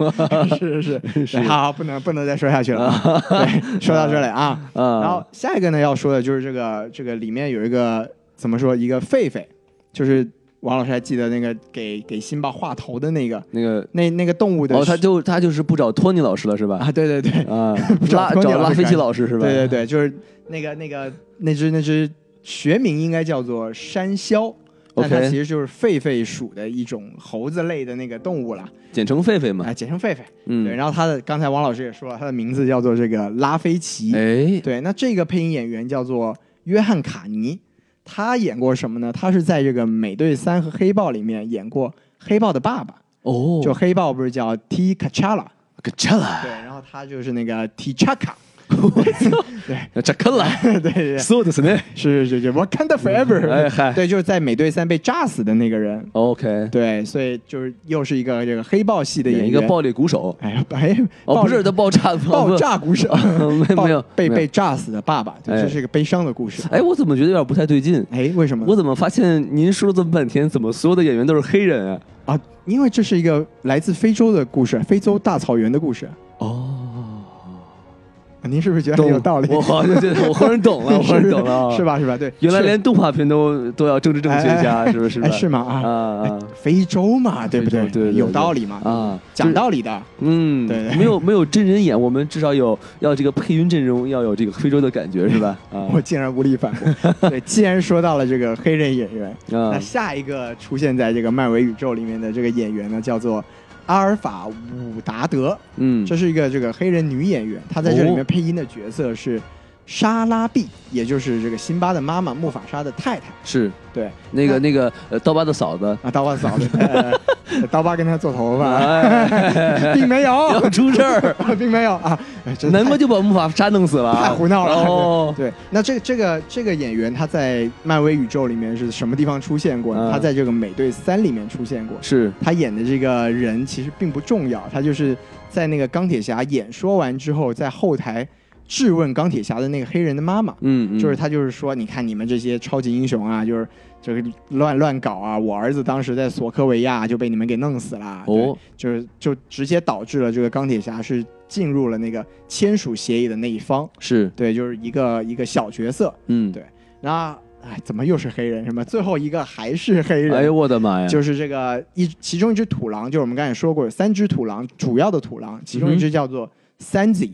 [SPEAKER 3] 是 是是，对好，不能不能再说下去了啊。对，说到这里啊，
[SPEAKER 2] 啊
[SPEAKER 3] 然后下一个呢要说的就是这个这个里面有一个怎么说一个狒狒，就是王老师还记得那个给给辛巴画头的那个
[SPEAKER 2] 那个
[SPEAKER 3] 那那个动物的
[SPEAKER 2] 哦，他就他就是不找托尼老师了是 吧？
[SPEAKER 3] 啊，对对 对，
[SPEAKER 2] 啊，
[SPEAKER 3] 不找
[SPEAKER 2] 拉
[SPEAKER 3] 托尼
[SPEAKER 2] 找
[SPEAKER 3] 老
[SPEAKER 2] 拉
[SPEAKER 3] 师
[SPEAKER 2] 菲奇
[SPEAKER 3] 干
[SPEAKER 2] 老师是吧？
[SPEAKER 3] 对对对，就是那个那个那只那只学名应该叫做山魈，但它
[SPEAKER 2] OK
[SPEAKER 3] 其实就是狒狒属的一种猴子类的那个动物了，
[SPEAKER 2] 简称狒狒
[SPEAKER 3] 啊、
[SPEAKER 2] 嘛。
[SPEAKER 3] 简称狒狒。对，
[SPEAKER 2] 嗯，
[SPEAKER 3] 然后它的刚才王老师也说了，它的名字叫做这个拉菲奇。
[SPEAKER 2] 哎，
[SPEAKER 3] 对，那这个配音演员叫做约翰卡尼，他演过什么呢？他是在这个《美队三》和《黑豹》里面演过黑豹的爸爸，
[SPEAKER 2] 哦，
[SPEAKER 3] 就黑豹不是叫 T Kachala，
[SPEAKER 2] Coachella
[SPEAKER 3] 对，然后他就是那个 T'Chaka。
[SPEAKER 2] 这坑了，
[SPEAKER 3] 对对对，
[SPEAKER 2] 所有的 s n
[SPEAKER 3] 是是是，Wakanda Forever，、
[SPEAKER 2] 哎嗨
[SPEAKER 3] 对，就是在美队三被炸死的那个人，
[SPEAKER 2] OK，
[SPEAKER 3] 对，所以就是又是一个这个黑豹系的演
[SPEAKER 2] 演
[SPEAKER 3] 员，
[SPEAKER 2] 一个爆裂鼓手，
[SPEAKER 3] 哎呀，哎，
[SPEAKER 2] 哦，
[SPEAKER 3] 爆
[SPEAKER 2] 不是，他爆炸，
[SPEAKER 3] 爆。炸 鼓手，
[SPEAKER 2] 没
[SPEAKER 3] 爆
[SPEAKER 2] 没有
[SPEAKER 3] 被
[SPEAKER 2] 没有
[SPEAKER 3] 被炸死的爸爸，对
[SPEAKER 2] 哎
[SPEAKER 3] 这是一个悲伤的故事。
[SPEAKER 2] 哎，我怎么觉得有点不太对劲？
[SPEAKER 3] 哎，为什么呢？
[SPEAKER 2] 我怎么发现您说了这么半天，怎么所有的演员都是黑人啊？
[SPEAKER 3] 啊，因为这是一个来自非洲的故事，非洲大草原的故事。
[SPEAKER 2] 哦，
[SPEAKER 3] 啊您是不是觉得很有道理？
[SPEAKER 2] 我好像觉得我忽然懂了，我忽然懂了，啊
[SPEAKER 3] 是？吧？是吧？对，
[SPEAKER 2] 原来
[SPEAKER 3] 是
[SPEAKER 2] 连动画片都都要政治正确一下，是不是？
[SPEAKER 3] 哎是吗？
[SPEAKER 2] 啊
[SPEAKER 3] 啊，
[SPEAKER 2] 啊，
[SPEAKER 3] 非洲嘛，对不
[SPEAKER 2] 非洲对对对
[SPEAKER 3] 有道理嘛，
[SPEAKER 2] 啊
[SPEAKER 3] 讲道理的。
[SPEAKER 2] 嗯，
[SPEAKER 3] 对
[SPEAKER 2] 没有没有真人演，我们至少有要这个配音阵容要有这个非洲的感觉，是吧？啊
[SPEAKER 3] 我竟然无力反 驳。对，既然说到了这个黑人演员，那
[SPEAKER 2] 啊，
[SPEAKER 3] 下一个出现在这个漫威宇宙里面的这个演员呢，叫做阿尔法伍达德，
[SPEAKER 2] 嗯
[SPEAKER 3] 这是一个这个黑人女演员，她在这里
[SPEAKER 2] 哦
[SPEAKER 3] 面配音的角色是莎拉碧，也就是这个辛巴的妈妈木法沙的太太。
[SPEAKER 2] 是
[SPEAKER 3] 对，
[SPEAKER 2] 那个那个呃刀疤的嫂子，
[SPEAKER 3] 啊，刀疤嫂子，呃刀疤跟她做 头发，
[SPEAKER 2] 哎，
[SPEAKER 3] 并没有，
[SPEAKER 2] 要出事 儿，
[SPEAKER 3] 并没有啊，哎真的
[SPEAKER 2] 难怪就把木法沙弄死了，啊
[SPEAKER 3] 太胡闹了。
[SPEAKER 2] 哦，
[SPEAKER 3] 对，那这个这个这个演员他在漫威宇宙里面是什么地方出现过呢？
[SPEAKER 2] 嗯
[SPEAKER 3] 他在这个美队三里面出现过。
[SPEAKER 2] 是
[SPEAKER 3] 他演的这个人其实并不重要，他就是在那个钢铁侠演说完之后，在后台质问钢铁侠的那个黑人的妈妈，
[SPEAKER 2] 嗯，嗯
[SPEAKER 3] 就是他就是说，你看你们这些超级英雄啊，就是就是乱乱搞啊，我儿子当时在索科维亚就被你们给弄死了，对
[SPEAKER 2] 哦，
[SPEAKER 3] 就是就直接导致了这个钢铁侠是进入了那个签署协议的那一方，
[SPEAKER 2] 是，
[SPEAKER 3] 对，就是一个一个小角色，
[SPEAKER 2] 嗯，
[SPEAKER 3] 对然后哎，怎么又是黑人？什么最后一个还是黑人？
[SPEAKER 2] 哎呦我的妈呀，
[SPEAKER 3] 就是这个一其中一只土狼，就是我们刚才说过，有三只土狼，主要的土狼，其
[SPEAKER 2] 嗯
[SPEAKER 3] 中一只叫做三 Z，、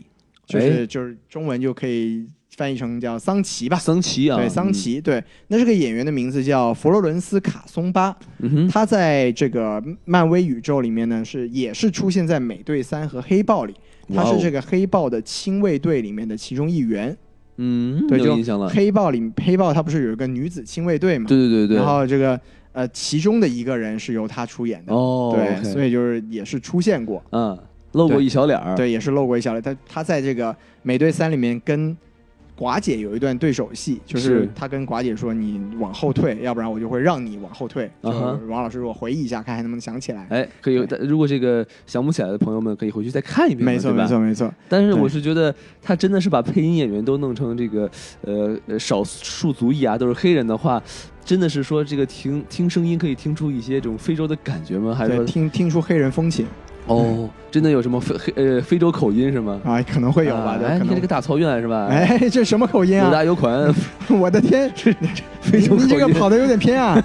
[SPEAKER 3] 就是就是中文就可以翻译成叫桑奇吧。
[SPEAKER 2] 哎桑奇啊，
[SPEAKER 3] 对，桑奇，对，那这个演员的名字叫佛罗伦斯·卡松巴，
[SPEAKER 2] 嗯，嗯哼，
[SPEAKER 3] 他在这个漫威宇宙里面呢，是也是出现在美队三和黑豹里，他
[SPEAKER 2] 哇哦
[SPEAKER 3] 是这个黑豹的亲卫队里面的其中一员。
[SPEAKER 2] 嗯，
[SPEAKER 3] 对，
[SPEAKER 2] 有
[SPEAKER 3] 就
[SPEAKER 2] 印象了，
[SPEAKER 3] 黑豹里，黑豹他不是有一个女子亲卫队嘛？
[SPEAKER 2] 对对对对，
[SPEAKER 3] 然后这个呃，其中的一个人是由他出演的。
[SPEAKER 2] 哦，
[SPEAKER 3] 对
[SPEAKER 2] OK
[SPEAKER 3] 所以就是也是出现过，
[SPEAKER 2] 嗯，露过一小脸儿，
[SPEAKER 3] 对，也是露过一小脸。他他在这个《美队三》里面跟寡姐有一段对手戏，就是
[SPEAKER 2] 是
[SPEAKER 3] 他跟寡姐说：“你往后退，要不然我就会让你往后退。”就
[SPEAKER 2] 啊哈
[SPEAKER 3] 是王老师，我回忆一下，看还能不能想起来。
[SPEAKER 2] 哎，可以。
[SPEAKER 3] 对
[SPEAKER 2] 但如果这个想不起来的朋友们，可以回去再看一遍嘛，
[SPEAKER 3] 没错，
[SPEAKER 2] 对吧
[SPEAKER 3] 没。错，没错。
[SPEAKER 2] 但是
[SPEAKER 3] 对
[SPEAKER 2] 我是觉得他真的是把配音演员都弄成这个，呃，呃少数族裔啊，都是黑人的话，真的是说这个听听声音可以听出一些这种非洲的感觉吗？还是
[SPEAKER 3] 对，
[SPEAKER 2] 说
[SPEAKER 3] 听听出黑人风情
[SPEAKER 2] 哦，真的有什么非黑呃非洲口音是吗？
[SPEAKER 3] 啊，可能会有吧，
[SPEAKER 2] 啊
[SPEAKER 3] 对，
[SPEAKER 2] 哎，
[SPEAKER 3] 可
[SPEAKER 2] 你看
[SPEAKER 3] 能
[SPEAKER 2] 这个。大草原是吧？，
[SPEAKER 3] 哎，这什么口音
[SPEAKER 2] 有
[SPEAKER 3] 啊！
[SPEAKER 2] 大有款，
[SPEAKER 3] 我的天，
[SPEAKER 2] 非
[SPEAKER 3] 你
[SPEAKER 2] 洲口
[SPEAKER 3] 你
[SPEAKER 2] 音。
[SPEAKER 3] 这个跑的有点偏啊。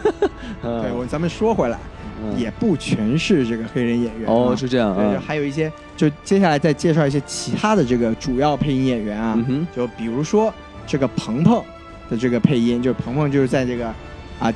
[SPEAKER 2] 嗯，
[SPEAKER 3] 对，我咱们说回来，
[SPEAKER 2] 嗯
[SPEAKER 3] 也不全是这个黑人演员啊
[SPEAKER 2] 哦，是这样
[SPEAKER 3] 对，就
[SPEAKER 2] 啊，
[SPEAKER 3] 还有一些，就接下来再介绍一些其他的这个主要配音演员啊，
[SPEAKER 2] 嗯哼，
[SPEAKER 3] 就比如说这个鹏鹏的这个配音，就是鹏鹏就是在这个啊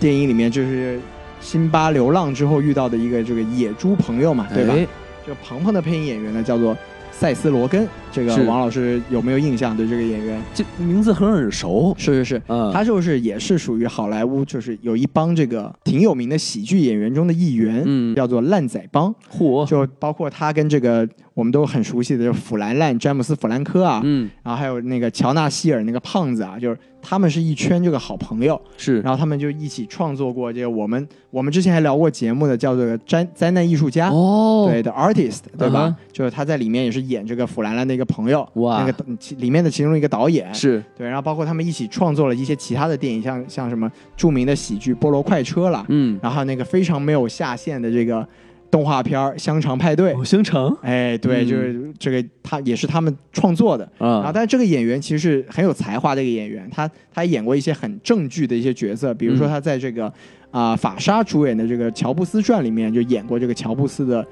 [SPEAKER 3] 电影里面就是辛巴流浪之后遇到的一个这个野猪朋友嘛，对吧？
[SPEAKER 2] 哎
[SPEAKER 3] 这个鹏鹏的配音演员呢叫做塞斯罗根，这个
[SPEAKER 2] 是
[SPEAKER 3] 王老师有没有印象？对这个演员，
[SPEAKER 2] 这名字很耳熟，
[SPEAKER 3] 是是是。
[SPEAKER 2] 嗯，
[SPEAKER 3] 他就是也是属于好莱坞，就是有一帮这个挺有名的喜剧演员中的一员，
[SPEAKER 2] 嗯哦
[SPEAKER 3] 叫做烂仔帮。
[SPEAKER 2] 嚯，
[SPEAKER 3] 就包括他跟这个我们都很熟悉的，就是弗兰兰、詹姆斯·弗兰科啊，
[SPEAKER 2] 嗯，
[SPEAKER 3] 然后还有那个乔纳希尔那个胖子啊，就是他们是一圈这个好朋友，
[SPEAKER 2] 是，
[SPEAKER 3] 然后他们就一起创作过这个我们我们之前还聊过节目的叫做《灾灾难艺术家》
[SPEAKER 2] 哦，
[SPEAKER 3] 对的 artist 对吧
[SPEAKER 2] 嗯哼
[SPEAKER 3] 就是他在里面也是演这个弗兰兰的一个朋友，
[SPEAKER 2] 哇
[SPEAKER 3] 那个其里面的其中一个导演
[SPEAKER 2] 是，
[SPEAKER 3] 对，然后包括他们一起创作了一些其他的电影，像像什么著名的喜剧《菠萝快车》啦，
[SPEAKER 2] 嗯，
[SPEAKER 3] 然后那个非常没有下限的这个动画片儿《香肠派对》
[SPEAKER 2] 偶像城
[SPEAKER 3] 哎，对，
[SPEAKER 2] 哦嗯
[SPEAKER 3] 就是这个，他也是他们创作的。然后，
[SPEAKER 2] 啊，
[SPEAKER 3] 但是这个演员其实是很有才华的一个演员，他他演过一些很正剧的一些角色，比如说
[SPEAKER 2] 嗯
[SPEAKER 3] 他在这个啊、法沙主演的这个《乔布斯传》里面就演过这个乔布斯的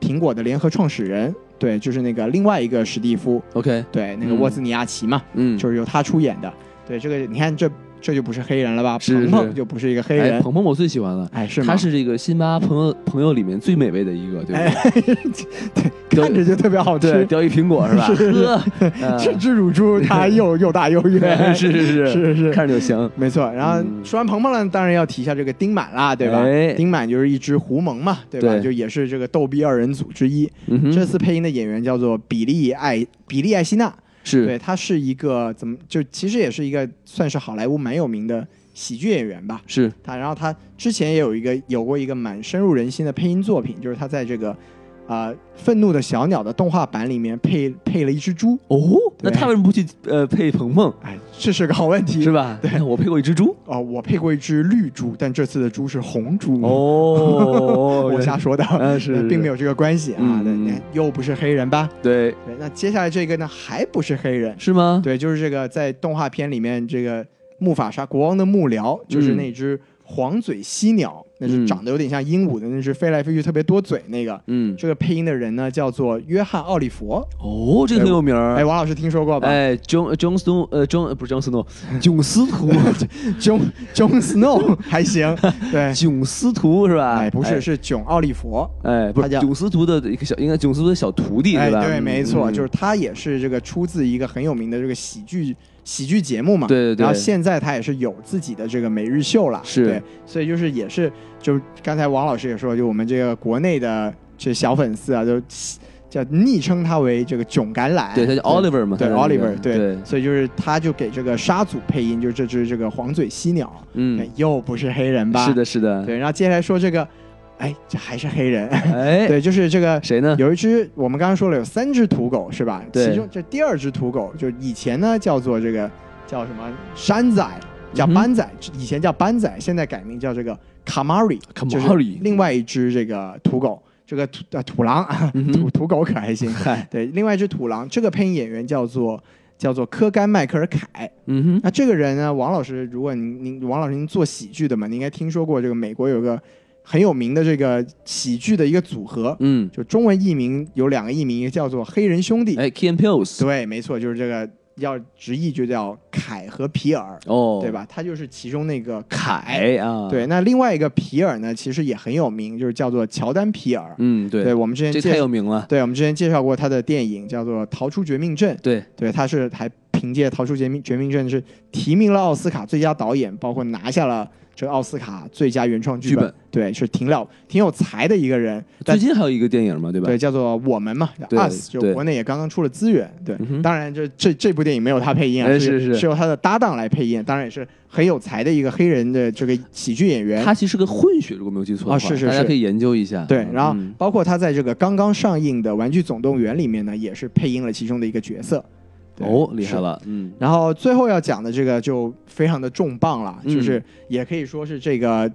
[SPEAKER 3] 苹果的联合创始人，对，就是那个另外一个史蒂夫，
[SPEAKER 2] OK，
[SPEAKER 3] 对，那个
[SPEAKER 2] 嗯
[SPEAKER 3] 沃兹尼亚奇嘛，
[SPEAKER 2] 嗯，
[SPEAKER 3] 就是由他出演的。对，这个你看这这就不是黑人了吧？
[SPEAKER 2] 是是
[SPEAKER 3] 鹏鹏就不是一个黑
[SPEAKER 2] 哎，
[SPEAKER 3] 人，
[SPEAKER 2] 鹏鹏我最喜欢了，
[SPEAKER 3] 哎，是吗？
[SPEAKER 2] 他是这个辛巴朋友朋友里面最美味的一个，对
[SPEAKER 3] 哎
[SPEAKER 2] 吧？，
[SPEAKER 3] 对，看着就特别好
[SPEAKER 2] 对，
[SPEAKER 3] 吃。
[SPEAKER 2] 叼一苹果 是吧？
[SPEAKER 3] 这
[SPEAKER 2] 呵，
[SPEAKER 3] 只乳猪它又又大又圆，
[SPEAKER 2] 嗯 是是是
[SPEAKER 3] 是是
[SPEAKER 2] 看着就香，
[SPEAKER 3] 没错。然后
[SPEAKER 2] 嗯
[SPEAKER 3] 说完鹏鹏了，当然要提一下这个丁满啦，对吧？
[SPEAKER 2] 哎
[SPEAKER 3] 丁满就是一只狐獴嘛，对吧？
[SPEAKER 2] 对
[SPEAKER 3] 就也是这个逗逼二人组之一。
[SPEAKER 2] 嗯
[SPEAKER 3] 这
[SPEAKER 2] 哼，
[SPEAKER 3] 次配音的演员叫做比利艾比利艾希娜，
[SPEAKER 2] 是
[SPEAKER 3] 对，他是一个怎么就其实也是一个算是好莱坞蛮有名的喜剧演员吧。
[SPEAKER 2] 是
[SPEAKER 3] 他然后他之前也有一个有过一个蛮深入人心的配音作品，就是他在这个啊、呃愤怒的小鸟的动画版里面配配了一只猪。
[SPEAKER 2] 哦，那
[SPEAKER 3] 对
[SPEAKER 2] 他为什么不去呃配鹏鹏
[SPEAKER 3] 哎，这是个好问题
[SPEAKER 2] 是吧？对，我配过一只猪。
[SPEAKER 3] 哦，我配过一只绿猪，但这次的猪是红猪。
[SPEAKER 2] 哦
[SPEAKER 3] 嗯 我瞎说的，
[SPEAKER 2] 嗯 是
[SPEAKER 3] 呃
[SPEAKER 2] 是
[SPEAKER 3] 并没有这个关系啊。
[SPEAKER 2] 嗯
[SPEAKER 3] 对，你看又不是黑人吧？
[SPEAKER 2] 对
[SPEAKER 3] 对，那接下来这个呢，还不是黑人，
[SPEAKER 2] 是吗？
[SPEAKER 3] 对，就是这个在动画片里面，这个木法沙国王的幕僚，
[SPEAKER 2] 嗯
[SPEAKER 3] 就是那只黄嘴犀鸟，那是长得有点像鹦鹉的那只飞来飞去特别多嘴那个。
[SPEAKER 2] 嗯，
[SPEAKER 3] 这个配音的人呢，叫做约翰·奥利佛。
[SPEAKER 2] 哦，这个很有名
[SPEAKER 3] 哎，
[SPEAKER 2] 儿。
[SPEAKER 3] 王老师听说过吧？
[SPEAKER 2] 哎，John John Snow，呃，John 不是 John Snow，囧 司徒，
[SPEAKER 3] 囧 囧 Snow 还行，对，
[SPEAKER 2] 囧啊司徒是吧？
[SPEAKER 3] 哎，不是，，是囧奥利佛。
[SPEAKER 2] 哎，不
[SPEAKER 3] 他
[SPEAKER 2] 是
[SPEAKER 3] 叫
[SPEAKER 2] 囧司徒的一个小，应该囧司徒的小徒弟
[SPEAKER 3] 哎，
[SPEAKER 2] 是吧？
[SPEAKER 3] 对，
[SPEAKER 2] 嗯
[SPEAKER 3] 没错，
[SPEAKER 2] 嗯
[SPEAKER 3] 就是他也是这个出自一个很有名的这个喜剧喜剧节目嘛。
[SPEAKER 2] 对对对
[SPEAKER 3] 然后现在他也是有自己的这个每日秀了，
[SPEAKER 2] 是
[SPEAKER 3] 对，所以就是也是就是刚才王老师也说，就我们这个国内的这小粉丝啊，就叫昵称他为这个囧橄榄，
[SPEAKER 2] 对，他叫 Oliver 嘛，
[SPEAKER 3] 对
[SPEAKER 2] 他是那个
[SPEAKER 3] Oliver，对
[SPEAKER 2] 对，
[SPEAKER 3] 所以就是他就给这个沙祖配音，就是这只这个黄嘴犀鸟，
[SPEAKER 2] 嗯
[SPEAKER 3] 对，，又不是黑人哎吧？
[SPEAKER 2] 是，的，是的，
[SPEAKER 3] 对，然后接下来说这个，哎，这还是黑人，
[SPEAKER 2] 哎，
[SPEAKER 3] 对，就是这个
[SPEAKER 2] 谁呢？
[SPEAKER 3] 有一只，我们刚刚说了有三只土狗是吧？
[SPEAKER 2] 对
[SPEAKER 3] 其中这第二只土狗，就以前呢叫做这个叫什么山仔，叫
[SPEAKER 2] 嗯哼
[SPEAKER 3] 斑仔，以前叫斑仔，现在改名叫这个卡玛瑞，就是
[SPEAKER 2] Kamari
[SPEAKER 3] 另外一只这个土狗，这个土呃土狼 啊，
[SPEAKER 2] 嗯哼
[SPEAKER 3] 土土狗可还行。
[SPEAKER 2] 嗨，
[SPEAKER 3] 对，另外一只土狼，这个配音演员叫做叫做科甘迈克尔凯。
[SPEAKER 2] 嗯哼，
[SPEAKER 3] 那这个人呢，王老师，如果您您王老师您做喜剧的嘛，你应该听说过这个美国有个很有名的这个喜剧的一个组合，
[SPEAKER 2] 嗯，
[SPEAKER 3] 就中文译名有两个译名，一个叫做黑人兄弟，
[SPEAKER 2] 哎，Key and Peele，
[SPEAKER 3] 对，没错，就是这个要直译就叫凯和皮尔，
[SPEAKER 2] 哦，
[SPEAKER 3] 对？吧？他就是其中那个凯，
[SPEAKER 2] 凯啊，，
[SPEAKER 3] 对。那另外一个皮尔呢，其实也很有名，就是叫做乔丹皮尔，
[SPEAKER 2] 嗯，对，
[SPEAKER 3] 我们之前
[SPEAKER 2] 这
[SPEAKER 3] 介
[SPEAKER 2] 太
[SPEAKER 3] 绍
[SPEAKER 2] 有名了，
[SPEAKER 3] 对，我们之前介绍过他的电影叫做《逃出绝命镇》，
[SPEAKER 2] 对，
[SPEAKER 3] 对，他是还凭借《逃出绝命绝命镇》是提名了奥斯卡最佳导演，包括拿下了这奥斯卡最佳原创剧
[SPEAKER 2] 剧
[SPEAKER 3] 本，
[SPEAKER 2] 本
[SPEAKER 3] 对，是挺了挺有才的一个人。但
[SPEAKER 2] 最近还有一个电影嘛，对吧？
[SPEAKER 3] 对，叫做我们嘛
[SPEAKER 2] 对
[SPEAKER 3] ，us，就
[SPEAKER 2] 对
[SPEAKER 3] 国内也刚刚出了资源。对
[SPEAKER 2] 嗯，哼
[SPEAKER 3] 当然这这这部电影没有他配音啊，
[SPEAKER 2] 哎
[SPEAKER 3] 是
[SPEAKER 2] 是是
[SPEAKER 3] 由他的搭档来配音，当然也是很有才的一个黑人的这个喜剧演员。
[SPEAKER 2] 他其实是个混血，如果没有记错的话，
[SPEAKER 3] 啊是是
[SPEAKER 2] 大家
[SPEAKER 3] 是
[SPEAKER 2] 可以研究一下。
[SPEAKER 3] 对，然后
[SPEAKER 2] 嗯
[SPEAKER 3] 包括他在这个刚刚上映的《玩具总动员》里面呢，也是配音了其中的一个角色。对
[SPEAKER 2] 哦，厉害。
[SPEAKER 3] 是
[SPEAKER 2] 了，嗯，
[SPEAKER 3] 然后最后要讲的这个就非常的重磅了，
[SPEAKER 2] 嗯
[SPEAKER 3] 就是也可以说是这个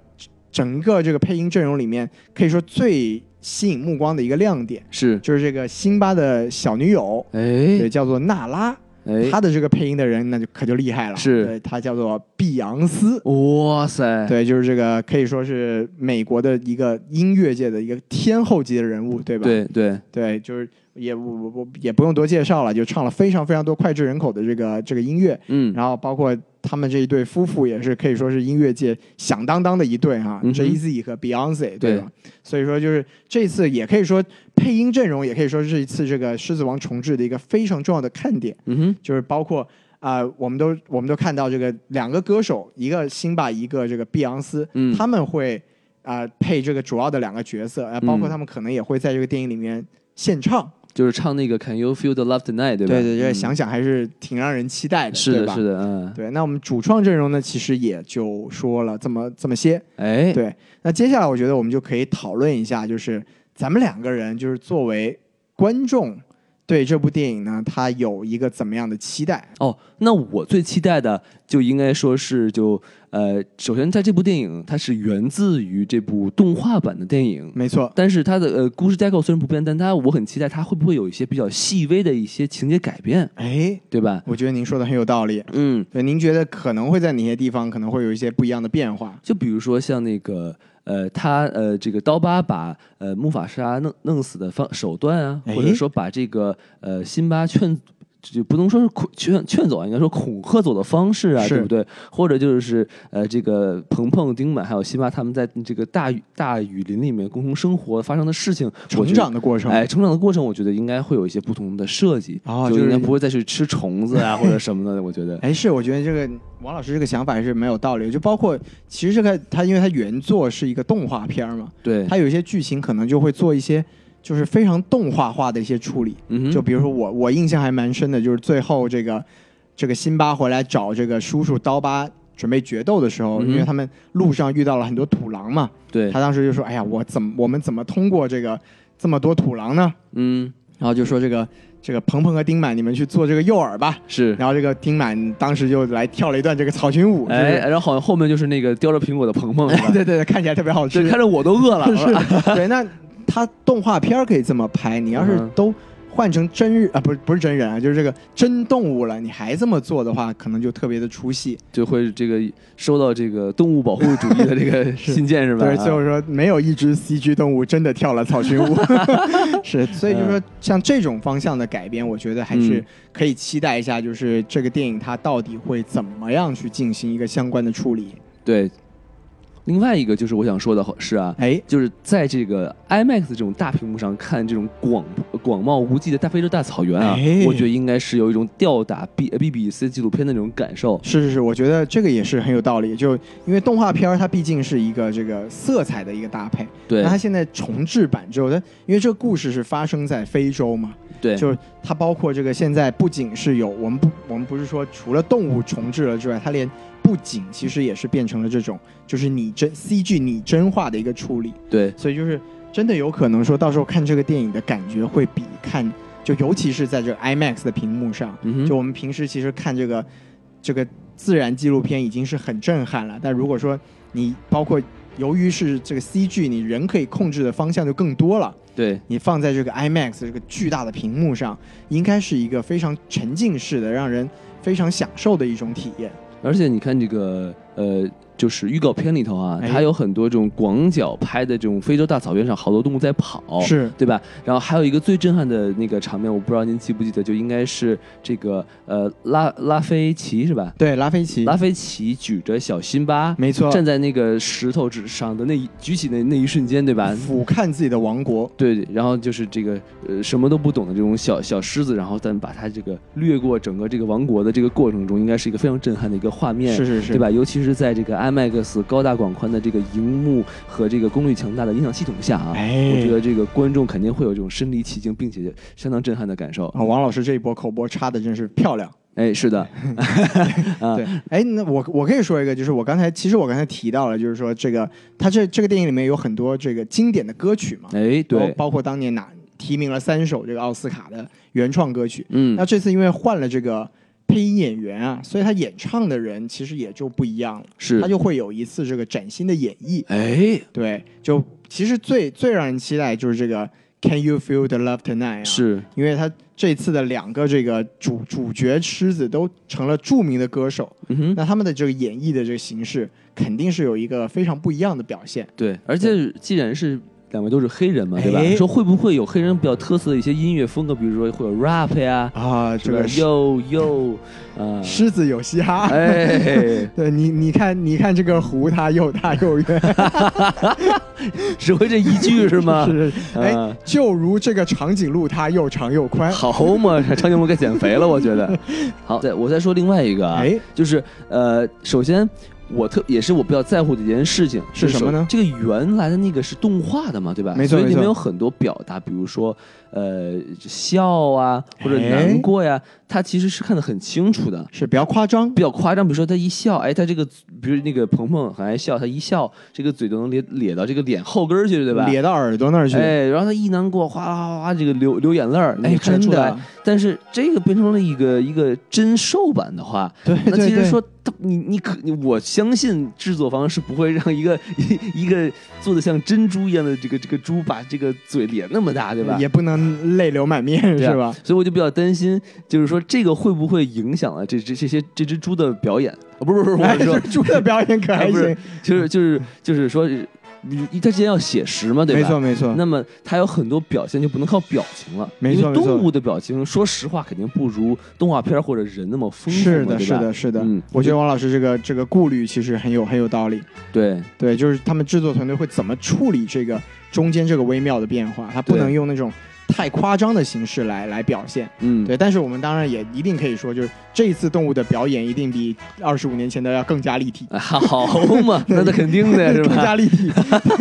[SPEAKER 3] 整个这个配音阵容里面可以说最吸引目光的一个亮点，
[SPEAKER 2] 是，
[SPEAKER 3] 就是这个辛巴的小女友，对，
[SPEAKER 2] 哎
[SPEAKER 3] 叫做娜拉，
[SPEAKER 2] 哎，
[SPEAKER 3] 她的这个配音的人那就可就厉害了，
[SPEAKER 2] 是嗯
[SPEAKER 3] 对，她叫做碧昂斯，
[SPEAKER 2] 哇塞，
[SPEAKER 3] 对，就是这个可以说是美国的一个音乐界的一个天后级的人物，对吧？
[SPEAKER 2] 对对
[SPEAKER 3] 对就是也我我我也不用多介绍了，就唱了非常非常多脍炙人口的这个这个音乐，
[SPEAKER 2] 嗯，
[SPEAKER 3] 然后包括他们这一对夫妇也是可以说是音乐界响当当的一对哈、
[SPEAKER 2] 嗯哼
[SPEAKER 3] j a y Z 和 Beyonce
[SPEAKER 2] 对
[SPEAKER 3] 吧？所以说就是这次也可以说配音阵容也可以说是一次这个《狮子王》重置的一个非常重要的看点。
[SPEAKER 2] 嗯哼，
[SPEAKER 3] 就是包括啊、呃我们都我们都看到这个两个歌手，一个辛巴，一个这个碧昂斯，
[SPEAKER 2] 嗯
[SPEAKER 3] 他们会啊、呃配这个主要的两个角色，呃，包括
[SPEAKER 2] 嗯
[SPEAKER 3] 他们可能也会在这个电影里面献唱。
[SPEAKER 2] 就是唱那个 Can You Feel the Love Tonight，对吧？
[SPEAKER 3] 对对
[SPEAKER 2] 嗯
[SPEAKER 3] 想想还是挺让人期待的，
[SPEAKER 2] 是
[SPEAKER 3] 对
[SPEAKER 2] 的，
[SPEAKER 3] 吧？
[SPEAKER 2] 是的，嗯，
[SPEAKER 3] 对，那我们主创阵容呢，其实也就说了这么这么些。
[SPEAKER 2] 哎，
[SPEAKER 3] 对，那接下来我觉得我们就可以讨论一下，就是咱们两个人就是作为观众对这部电影呢，他有一个怎么样的期待？
[SPEAKER 2] 哦，那我最期待的就应该说是就呃，首先在这部电影它是源自于这部动画版的电影，
[SPEAKER 3] 没错，
[SPEAKER 2] 但是它的呃故事架构虽然不变，但它我很期待它会不会有一些比较细微的一些情节改变，
[SPEAKER 3] 哎，
[SPEAKER 2] 对吧？
[SPEAKER 3] 我觉得您说的很有道理。
[SPEAKER 2] 嗯，
[SPEAKER 3] 对，您觉得可能会在哪些地方可能会有一些不一样的变化？
[SPEAKER 2] 就比如说像那个呃，他呃这个刀疤把呃木法沙弄弄死的方手段啊，
[SPEAKER 3] 哎
[SPEAKER 2] 或者说把这个呃辛巴劝。就不能说是恐劝劝走啊，应该说恐吓走的方式啊，
[SPEAKER 3] 是
[SPEAKER 2] 对不对？或者就是呃，这个鹏鹏、丁满还有辛巴他们在这个大雨大雨林里面共同生活发生的事情，我
[SPEAKER 3] 成
[SPEAKER 2] 觉得
[SPEAKER 3] 长的过程，
[SPEAKER 2] 哎，成长的过程，我觉得应该会有一些不同的设计，
[SPEAKER 3] 哦
[SPEAKER 2] 就
[SPEAKER 3] 就
[SPEAKER 2] 应
[SPEAKER 3] 是
[SPEAKER 2] 该不会再去吃虫子啊或者什么的。我觉 得，
[SPEAKER 3] 哎，是，我觉得这个王老师这个想法还是蛮有道理的。就包括其实这个他，因为他原作是一个动画片儿嘛，
[SPEAKER 2] 对，
[SPEAKER 3] 它有一些剧情可能就会做一些就是非常动画化的一些处理。
[SPEAKER 2] 嗯哼，
[SPEAKER 3] 就比如说我我印象还蛮深的，就是最后这个这个辛巴回来找这个叔叔刀疤准备决斗的时候，
[SPEAKER 2] 嗯哼
[SPEAKER 3] 因为他们路上遇到了很多土狼嘛，
[SPEAKER 2] 对，
[SPEAKER 3] 他当时就说：“哎呀，我怎么我们怎么通过这个这么多土狼呢
[SPEAKER 2] 嗯，？”
[SPEAKER 3] 然后就说这个这个鹏鹏和丁满，你们去做这个诱饵吧。
[SPEAKER 2] 是，
[SPEAKER 3] 然后这个丁满当时就来跳了一段这个草裙舞，
[SPEAKER 2] 哎，
[SPEAKER 3] 是
[SPEAKER 2] 然后好像后面就是那个叼着苹果的鹏鹏
[SPEAKER 3] 不
[SPEAKER 2] 是
[SPEAKER 3] 是
[SPEAKER 2] 吧？
[SPEAKER 3] 对对对，看起来特别好吃
[SPEAKER 2] 对，。看着我都饿了。
[SPEAKER 3] 是
[SPEAKER 2] 吧
[SPEAKER 3] 的对，那他动画片儿可以这么拍，你要是
[SPEAKER 2] 嗯
[SPEAKER 3] 都换成真人啊，不是不是真人啊，就是这个真动物了，你还这么做的话，可能就特别的出戏。
[SPEAKER 2] 就会这个收到这个动物保护主义的这 个信件是吧？啊
[SPEAKER 3] 对，最后说没有一只 CG 动物真的跳了草 裙舞， 是，所以就是说像这种方向的改编，我觉得还是
[SPEAKER 2] 嗯
[SPEAKER 3] 可以期待一下，就是这个电影它到底会怎么样去进行一个相关的处理。
[SPEAKER 2] 对。另外一个就是我想说的是啊，
[SPEAKER 3] 哎，
[SPEAKER 2] 就是在这个 IMAX 这种大屏幕上看这种广广袤无际的大非洲大草原啊，
[SPEAKER 3] 哎
[SPEAKER 2] 我觉得应该是有一种吊打 B B B C 纪录片的那种感受。
[SPEAKER 3] 是是是，我觉得这个也是很有道理，就因为动画片儿它毕竟是一个这个色彩的一个搭配，
[SPEAKER 2] 对
[SPEAKER 3] 那它现在重置版之后，它因为这个故事是发生在非洲嘛，
[SPEAKER 2] 对，
[SPEAKER 3] 就是它包括这个现在不仅是有我们不我们不是说除了动物重置了之外，它连布景其实也是变成了这种就是拟真 CG 拟真化的一个处理，
[SPEAKER 2] 对
[SPEAKER 3] 所以就是真的有可能说到时候看这个电影的感觉会比看就尤其是在这个 IMAX 的屏幕上，
[SPEAKER 2] 嗯哼
[SPEAKER 3] 就我们平时其实看这个这个自然纪录片已经是很震撼了，但如果说你包括由于是这个 CG，你人可以控制的方向就更多了。
[SPEAKER 2] 对
[SPEAKER 3] 你放在这个 IMAX 这个巨大的屏幕上，应该是一个非常沉浸式的、让人非常享受的一种体验。
[SPEAKER 2] 而且你看这个呃，就是预告片里头啊，
[SPEAKER 3] 哎
[SPEAKER 2] 它有很多这种广角拍的这种非洲大草原上，好多动物在跑，
[SPEAKER 3] 是
[SPEAKER 2] 对吧？然后还有一个最震撼的那个场面，我不知道您记不记得，就应该是这个呃拉拉菲奇是吧？
[SPEAKER 3] 对拉菲奇，
[SPEAKER 2] 拉菲奇举着小辛巴。
[SPEAKER 3] 没错，
[SPEAKER 2] 站在那个石头之上的那一举起的那一瞬间，对吧？
[SPEAKER 3] 俯瞰自己的王国，
[SPEAKER 2] 对，然后就是这个呃什么都不懂的这种小小狮子，然后但把它这个掠过整个这个王国的这个过程中，应该是一个非常震撼的一个画面，
[SPEAKER 3] 是是是，
[SPEAKER 2] 对？吧？尤其是在这个 IMAX 高大广宽的这个荧幕和这个功率强大的音响系统下啊，
[SPEAKER 3] 哎
[SPEAKER 2] 我觉得这个观众肯定会有这种身临其境并且相当震撼的感受。
[SPEAKER 3] 啊，王老师这一波口播插的真是漂亮。
[SPEAKER 2] 哎，是 的，啊
[SPEAKER 3] 对，哎，那我我可以说一个，就是我刚才其实我刚才提到了，就是说这个他这这个电影里面有很多这个经典的歌曲嘛，
[SPEAKER 2] 哎，
[SPEAKER 3] 包
[SPEAKER 2] 对，
[SPEAKER 3] 包括当年拿提名了三首这个奥斯卡的原创歌曲，
[SPEAKER 2] 嗯
[SPEAKER 3] 那，这次因为换了这个配音演员啊，所以他演唱的人其实也就不一样了，
[SPEAKER 2] 是
[SPEAKER 3] 他，就会有一次这个崭新的演绎。
[SPEAKER 2] 哎，
[SPEAKER 3] 对，就其实最最让人期待就是这个 Can You Feel the Love Tonight 啊，，
[SPEAKER 2] 是，
[SPEAKER 3] 因为他这次的两个这个主主角狮子都成了著名的歌手，
[SPEAKER 2] 嗯哼。
[SPEAKER 3] 那他们的这个演绎的这个形式肯定是有一个非常不一样的表现。
[SPEAKER 2] 对，而且既然是两位都是黑人嘛，对吧？
[SPEAKER 3] 哎
[SPEAKER 2] 说会不会有黑人比较特色的一些音乐风格，比如说会有 rap 呀，
[SPEAKER 3] 啊，
[SPEAKER 2] 是
[SPEAKER 3] 这
[SPEAKER 2] 吧
[SPEAKER 3] 个狮
[SPEAKER 2] ？yo yo，啊，
[SPEAKER 3] 狮子有嘻哈，
[SPEAKER 2] 哎，
[SPEAKER 3] 对你，你看，你看这个湖，它又大又圆，
[SPEAKER 2] 只会这一句是吗？
[SPEAKER 3] 是是哎是，哎
[SPEAKER 2] 啊，
[SPEAKER 3] 就如这个长颈鹿，它又长又宽。
[SPEAKER 2] 好嘛， 张景龙该减肥了，我觉 得。好，再我再说另外一个啊，
[SPEAKER 3] 哎，
[SPEAKER 2] 就是呃，首先。我特也是我比较在乎的一件事情
[SPEAKER 3] 是什么呢
[SPEAKER 2] 就是首这个原来的那个是动画的嘛，对吧？
[SPEAKER 3] 没
[SPEAKER 2] 所
[SPEAKER 3] 错
[SPEAKER 2] 以里面
[SPEAKER 3] 没错
[SPEAKER 2] 有很多表达，比如说呃笑啊，或者
[SPEAKER 3] 哎
[SPEAKER 2] 难过呀，它其实是看得很清楚的。
[SPEAKER 3] 是比较夸张
[SPEAKER 2] 比较夸张，比如说他一笑，哎，他这个，比如那个鹏鹏很爱笑，他一笑，这个嘴都能咧咧到这个脸后根儿去了，对吧？
[SPEAKER 3] 咧到耳朵那儿去。
[SPEAKER 2] 哎，然后他一难过，哗啦哗啦哗啦，这个流流眼泪儿，哎，看得
[SPEAKER 3] 真
[SPEAKER 2] 出来
[SPEAKER 3] 的。，
[SPEAKER 2] 但是这个变成了一个一个真瘦版的话，
[SPEAKER 3] 对
[SPEAKER 2] 那
[SPEAKER 3] 对
[SPEAKER 2] 其实
[SPEAKER 3] 对，
[SPEAKER 2] 说他你你可你我相信制作方是不会让一个 一一个做的像珍珠一样的这个这个猪把这个嘴咧那么大，对吧？
[SPEAKER 3] 也不能泪流满面，
[SPEAKER 2] 对啊
[SPEAKER 3] 是吧？
[SPEAKER 2] 所以我就比较担心，就是说这个会不会影响了这这这些这只猪的表演？哦，不是不是，我
[SPEAKER 3] 哎，
[SPEAKER 2] 是说
[SPEAKER 3] 这猪的表演可还
[SPEAKER 2] 哎不是
[SPEAKER 3] 行，
[SPEAKER 2] 就是就是就是说，你它既然要写实嘛，对
[SPEAKER 3] 没
[SPEAKER 2] 吧？
[SPEAKER 3] 错没错。
[SPEAKER 2] 那么它有很多表现就不能靠表情了，
[SPEAKER 3] 没错
[SPEAKER 2] 因为
[SPEAKER 3] 没错
[SPEAKER 2] 动物的表情，说实话肯定不如动画片或者人那么丰富嘛，
[SPEAKER 3] 是的，
[SPEAKER 2] 对
[SPEAKER 3] 是
[SPEAKER 2] 吧
[SPEAKER 3] 的，，是的
[SPEAKER 2] 嗯。
[SPEAKER 3] 我觉得王老师这个这个顾虑其实很有很有道理。
[SPEAKER 2] 对，
[SPEAKER 3] 对，就是他们制作团队会怎么处理这个中间这个微妙的变化，他不
[SPEAKER 2] 对
[SPEAKER 3] 能用那种太夸张的形式来来表现。
[SPEAKER 2] 嗯，
[SPEAKER 3] 对，但是我们当然也一定可以说，就是这一次动物的表演一定比二十五年前的要更加立体，
[SPEAKER 2] 啊，好 嘛，那那肯定的是
[SPEAKER 3] 更
[SPEAKER 2] 吧
[SPEAKER 3] 加？立体。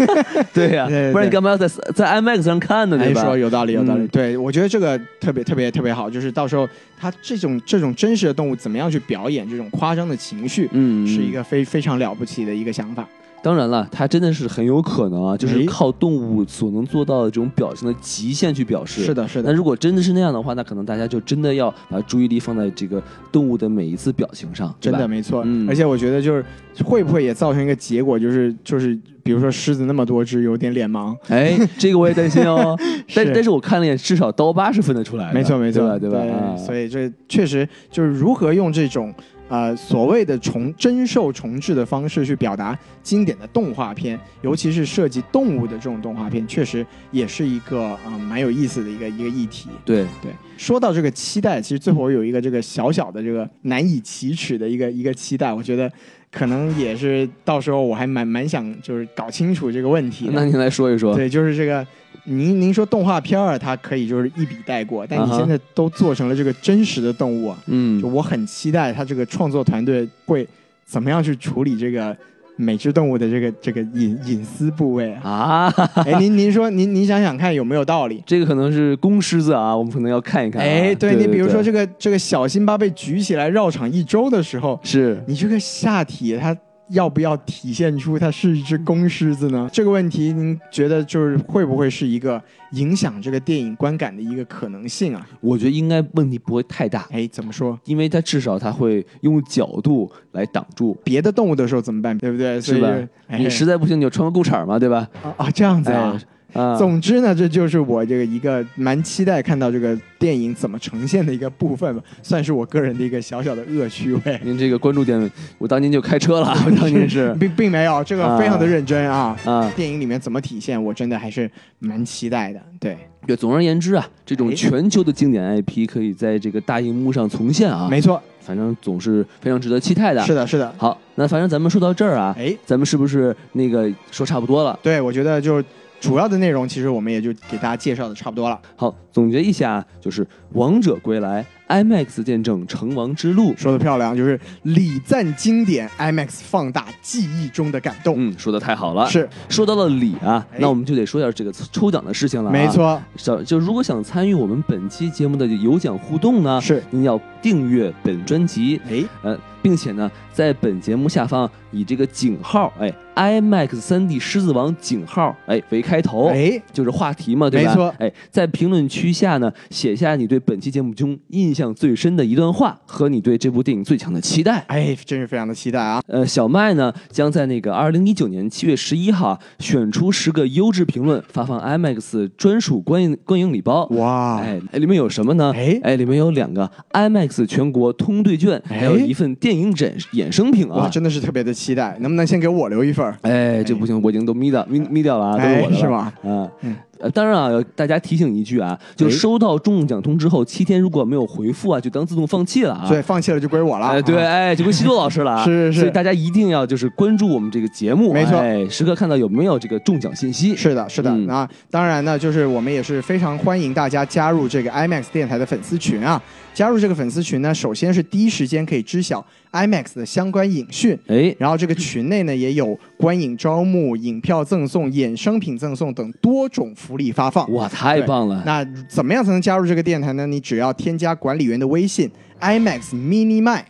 [SPEAKER 2] 对呀
[SPEAKER 3] 对对，
[SPEAKER 2] 不然你
[SPEAKER 3] 对
[SPEAKER 2] 干嘛要在在 IMAX 上看呢？
[SPEAKER 3] 哎，
[SPEAKER 2] 对吧
[SPEAKER 3] 说？有道理，有道理。
[SPEAKER 2] 嗯
[SPEAKER 3] 对我觉得这个特别特别特别好，就是到时候它这种这种真实的动物怎么样去表演这种夸张的情绪，
[SPEAKER 2] 嗯，
[SPEAKER 3] 是一个非非常了不起的一个想法。
[SPEAKER 2] 当然了，它真的是很有可能啊，就是
[SPEAKER 3] 哎
[SPEAKER 2] 靠动物所能做到的这种表现的极限去表示。
[SPEAKER 3] 是的，是
[SPEAKER 2] 那
[SPEAKER 3] 的，
[SPEAKER 2] 如果真的是那样的话，那可能大家就真的要把注意力放在这个动物的每一次表情上，对
[SPEAKER 3] 真
[SPEAKER 2] 吧
[SPEAKER 3] 的没错。
[SPEAKER 2] 嗯
[SPEAKER 3] 而且我觉得就是会不会也造成一个结果，就是就是比如说狮子那么多只，有点脸盲。
[SPEAKER 2] 哎，这个我也担心哦。但
[SPEAKER 3] 是
[SPEAKER 2] 但是我看了一眼，至少刀疤是分得出来的，
[SPEAKER 3] 没错，没错，
[SPEAKER 2] 对吧？对吧？啊
[SPEAKER 3] 所以这确实就是如何用这种。呃，所谓的重真兽重置的方式去表达经典的动画片，尤其是涉及动物的这种动画片，确实也是一个啊、呃蛮有意思的一个一个议题。
[SPEAKER 2] 对，
[SPEAKER 3] 对，说到这个期待，其实最后我有一个这个小小的这个难以启齿的一个一个期待，我觉得可能也是到时候我还蛮蛮想就是搞清楚这个问题的。
[SPEAKER 2] 那您来说一说。
[SPEAKER 3] 对，就是这个，您您说动画片儿它可以就是一笔带过，但
[SPEAKER 2] 啊
[SPEAKER 3] 你
[SPEAKER 2] 哈
[SPEAKER 3] 现在都做成了这个真实的动物啊，
[SPEAKER 2] 嗯
[SPEAKER 3] 就，我很期待它这个创作团队会怎么样去处理这个每只动物的这个这个隐隐私部位 啊。
[SPEAKER 2] 啊，
[SPEAKER 3] 哎，您您说您您想想看有没有道理？
[SPEAKER 2] 这个可能是公狮子啊，我们可能要看一看啊、
[SPEAKER 3] 哎，
[SPEAKER 2] 对
[SPEAKER 3] 你比如说
[SPEAKER 2] 对
[SPEAKER 3] 这个这个小辛巴被举起来绕场一周的时候，
[SPEAKER 2] 是
[SPEAKER 3] 你这个下体它要不要体现出它是一只公狮子呢？这个问题您觉得就是会不会是一个影响这个电影观感的一个可能性啊？
[SPEAKER 2] 我觉得应该问题不会太大，
[SPEAKER 3] 哎，怎么说？
[SPEAKER 2] 因为它至少它会用角度来挡住，
[SPEAKER 3] 别的动物的时候怎么办？对不对？所
[SPEAKER 2] 是
[SPEAKER 3] 以
[SPEAKER 2] 吧
[SPEAKER 3] 就哎、
[SPEAKER 2] 你实在不行你就穿个裤衩儿嘛，对吧？
[SPEAKER 3] 啊啊这样子啊。
[SPEAKER 2] 哎啊，
[SPEAKER 3] 总之呢，这就是我这个一个蛮期待看到这个电影怎么呈现的一个部分吧，算是我个人的一个小小的恶趣味，
[SPEAKER 2] 您这个关注点，我当年就开车了，我当年 是
[SPEAKER 3] 并并没有这个非常的认真啊。
[SPEAKER 2] 啊。
[SPEAKER 3] 电影里面怎么体现，我真的还是蛮期待的。对，
[SPEAKER 2] 对，总而言之啊，这种
[SPEAKER 3] 哎
[SPEAKER 2] 全球的经典 IP 可以在这个大荧幕上重现啊，
[SPEAKER 3] 没错，
[SPEAKER 2] 反正总是非常值得期待的。
[SPEAKER 3] 是的，是的。
[SPEAKER 2] 好，那反正咱们说到这儿啊，
[SPEAKER 3] 哎，
[SPEAKER 2] 咱们是不是那个说差不多了？
[SPEAKER 3] 对，我觉得就主要的内容，其实我们也就给大家介绍的差不多了。
[SPEAKER 2] 好，总结一下，啊就是《王者归来》IMAX 见证成王之路。
[SPEAKER 3] 说的漂亮，就是礼赞经典 IMAX 放大记忆中的感动。
[SPEAKER 2] 嗯，说的太好了。
[SPEAKER 3] 是，
[SPEAKER 2] 说到了礼啊，
[SPEAKER 3] 哎
[SPEAKER 2] 那我们就得说点这个抽奖的事情了、啊
[SPEAKER 3] 没，错，
[SPEAKER 2] 小就如果想参与我们本期节目的有奖互动呢，
[SPEAKER 3] 是。
[SPEAKER 2] 您要订阅本专辑，
[SPEAKER 3] 哎，
[SPEAKER 2] 呃，并且呢，在本节目下方以这个井号，哎，IMAX 3D 狮子王井号，哎为开头，
[SPEAKER 3] 哎，
[SPEAKER 2] 就是话题嘛，对吧？
[SPEAKER 3] 没错
[SPEAKER 2] 哎，在评论区下呢，写下你对本期节目中印象最深的一段话和你对这部电影最强的期待。
[SPEAKER 3] 哎，真是非常的期待啊！
[SPEAKER 2] 呃，小麦呢将在那个二零一九年七月十一号啊选出十个优质评论，发放 IMAX 专属观影观影礼包。
[SPEAKER 3] 哇，
[SPEAKER 2] 哎，哎里面有什么呢？
[SPEAKER 3] 哎
[SPEAKER 2] 哎，里面有两个 IMAX 全国通兑券，
[SPEAKER 3] 哎
[SPEAKER 2] 还有一份电影展衍生品
[SPEAKER 3] 哇，
[SPEAKER 2] 啊。
[SPEAKER 3] 真的是特别的期待，能不能先给我留一份儿？
[SPEAKER 2] 哎，这不行，我已经都眯掉眯眯掉了啊，都是
[SPEAKER 3] 哎
[SPEAKER 2] 我的了
[SPEAKER 3] 是吗？
[SPEAKER 2] 啊
[SPEAKER 3] 嗯，
[SPEAKER 2] 呃当然啊，要大家提醒一句啊，就
[SPEAKER 3] 哎
[SPEAKER 2] 收到中奖通知后七天如果没有回复啊，就当自动放弃了啊。
[SPEAKER 3] 所以放弃了就归我了。
[SPEAKER 2] 哎，对，
[SPEAKER 3] 啊，
[SPEAKER 2] 哎，就跟西多老师了啊，
[SPEAKER 3] 是是是
[SPEAKER 2] 所以大家一定要就是关注我们这个节目，
[SPEAKER 3] 没错
[SPEAKER 2] 哎，时刻看到有没有这个中奖信息。
[SPEAKER 3] 是的，是的。
[SPEAKER 2] 嗯
[SPEAKER 3] 那当然呢，就是我们也是非常欢迎大家加入这个 IMAX 电台的粉丝群啊。加入这个粉丝群呢，首先是第一时间可以知晓 IMAX 的相关影讯。
[SPEAKER 2] 哎，
[SPEAKER 3] 然后这个群内呢也有观影招募、影票赠送、衍生品赠送等多种福利发放。
[SPEAKER 2] 哇，太棒了！
[SPEAKER 3] 那怎么样才能加入这个电台呢？你只要添加管理员的微信 IMAX mini 麦，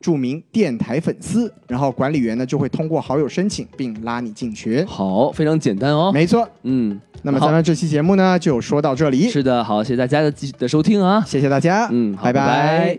[SPEAKER 3] 注明电台粉丝，然后管理员呢就会通过好友申请并拉你进群。
[SPEAKER 2] 好，非常简单哦。
[SPEAKER 3] 没错，
[SPEAKER 2] 嗯，
[SPEAKER 3] 那么
[SPEAKER 2] 好
[SPEAKER 3] 咱们这期节目呢就说到这里，
[SPEAKER 2] 是的，好，谢谢大家的继续的收听啊。
[SPEAKER 3] 谢谢大家，
[SPEAKER 2] 嗯，好
[SPEAKER 3] 拜
[SPEAKER 2] 拜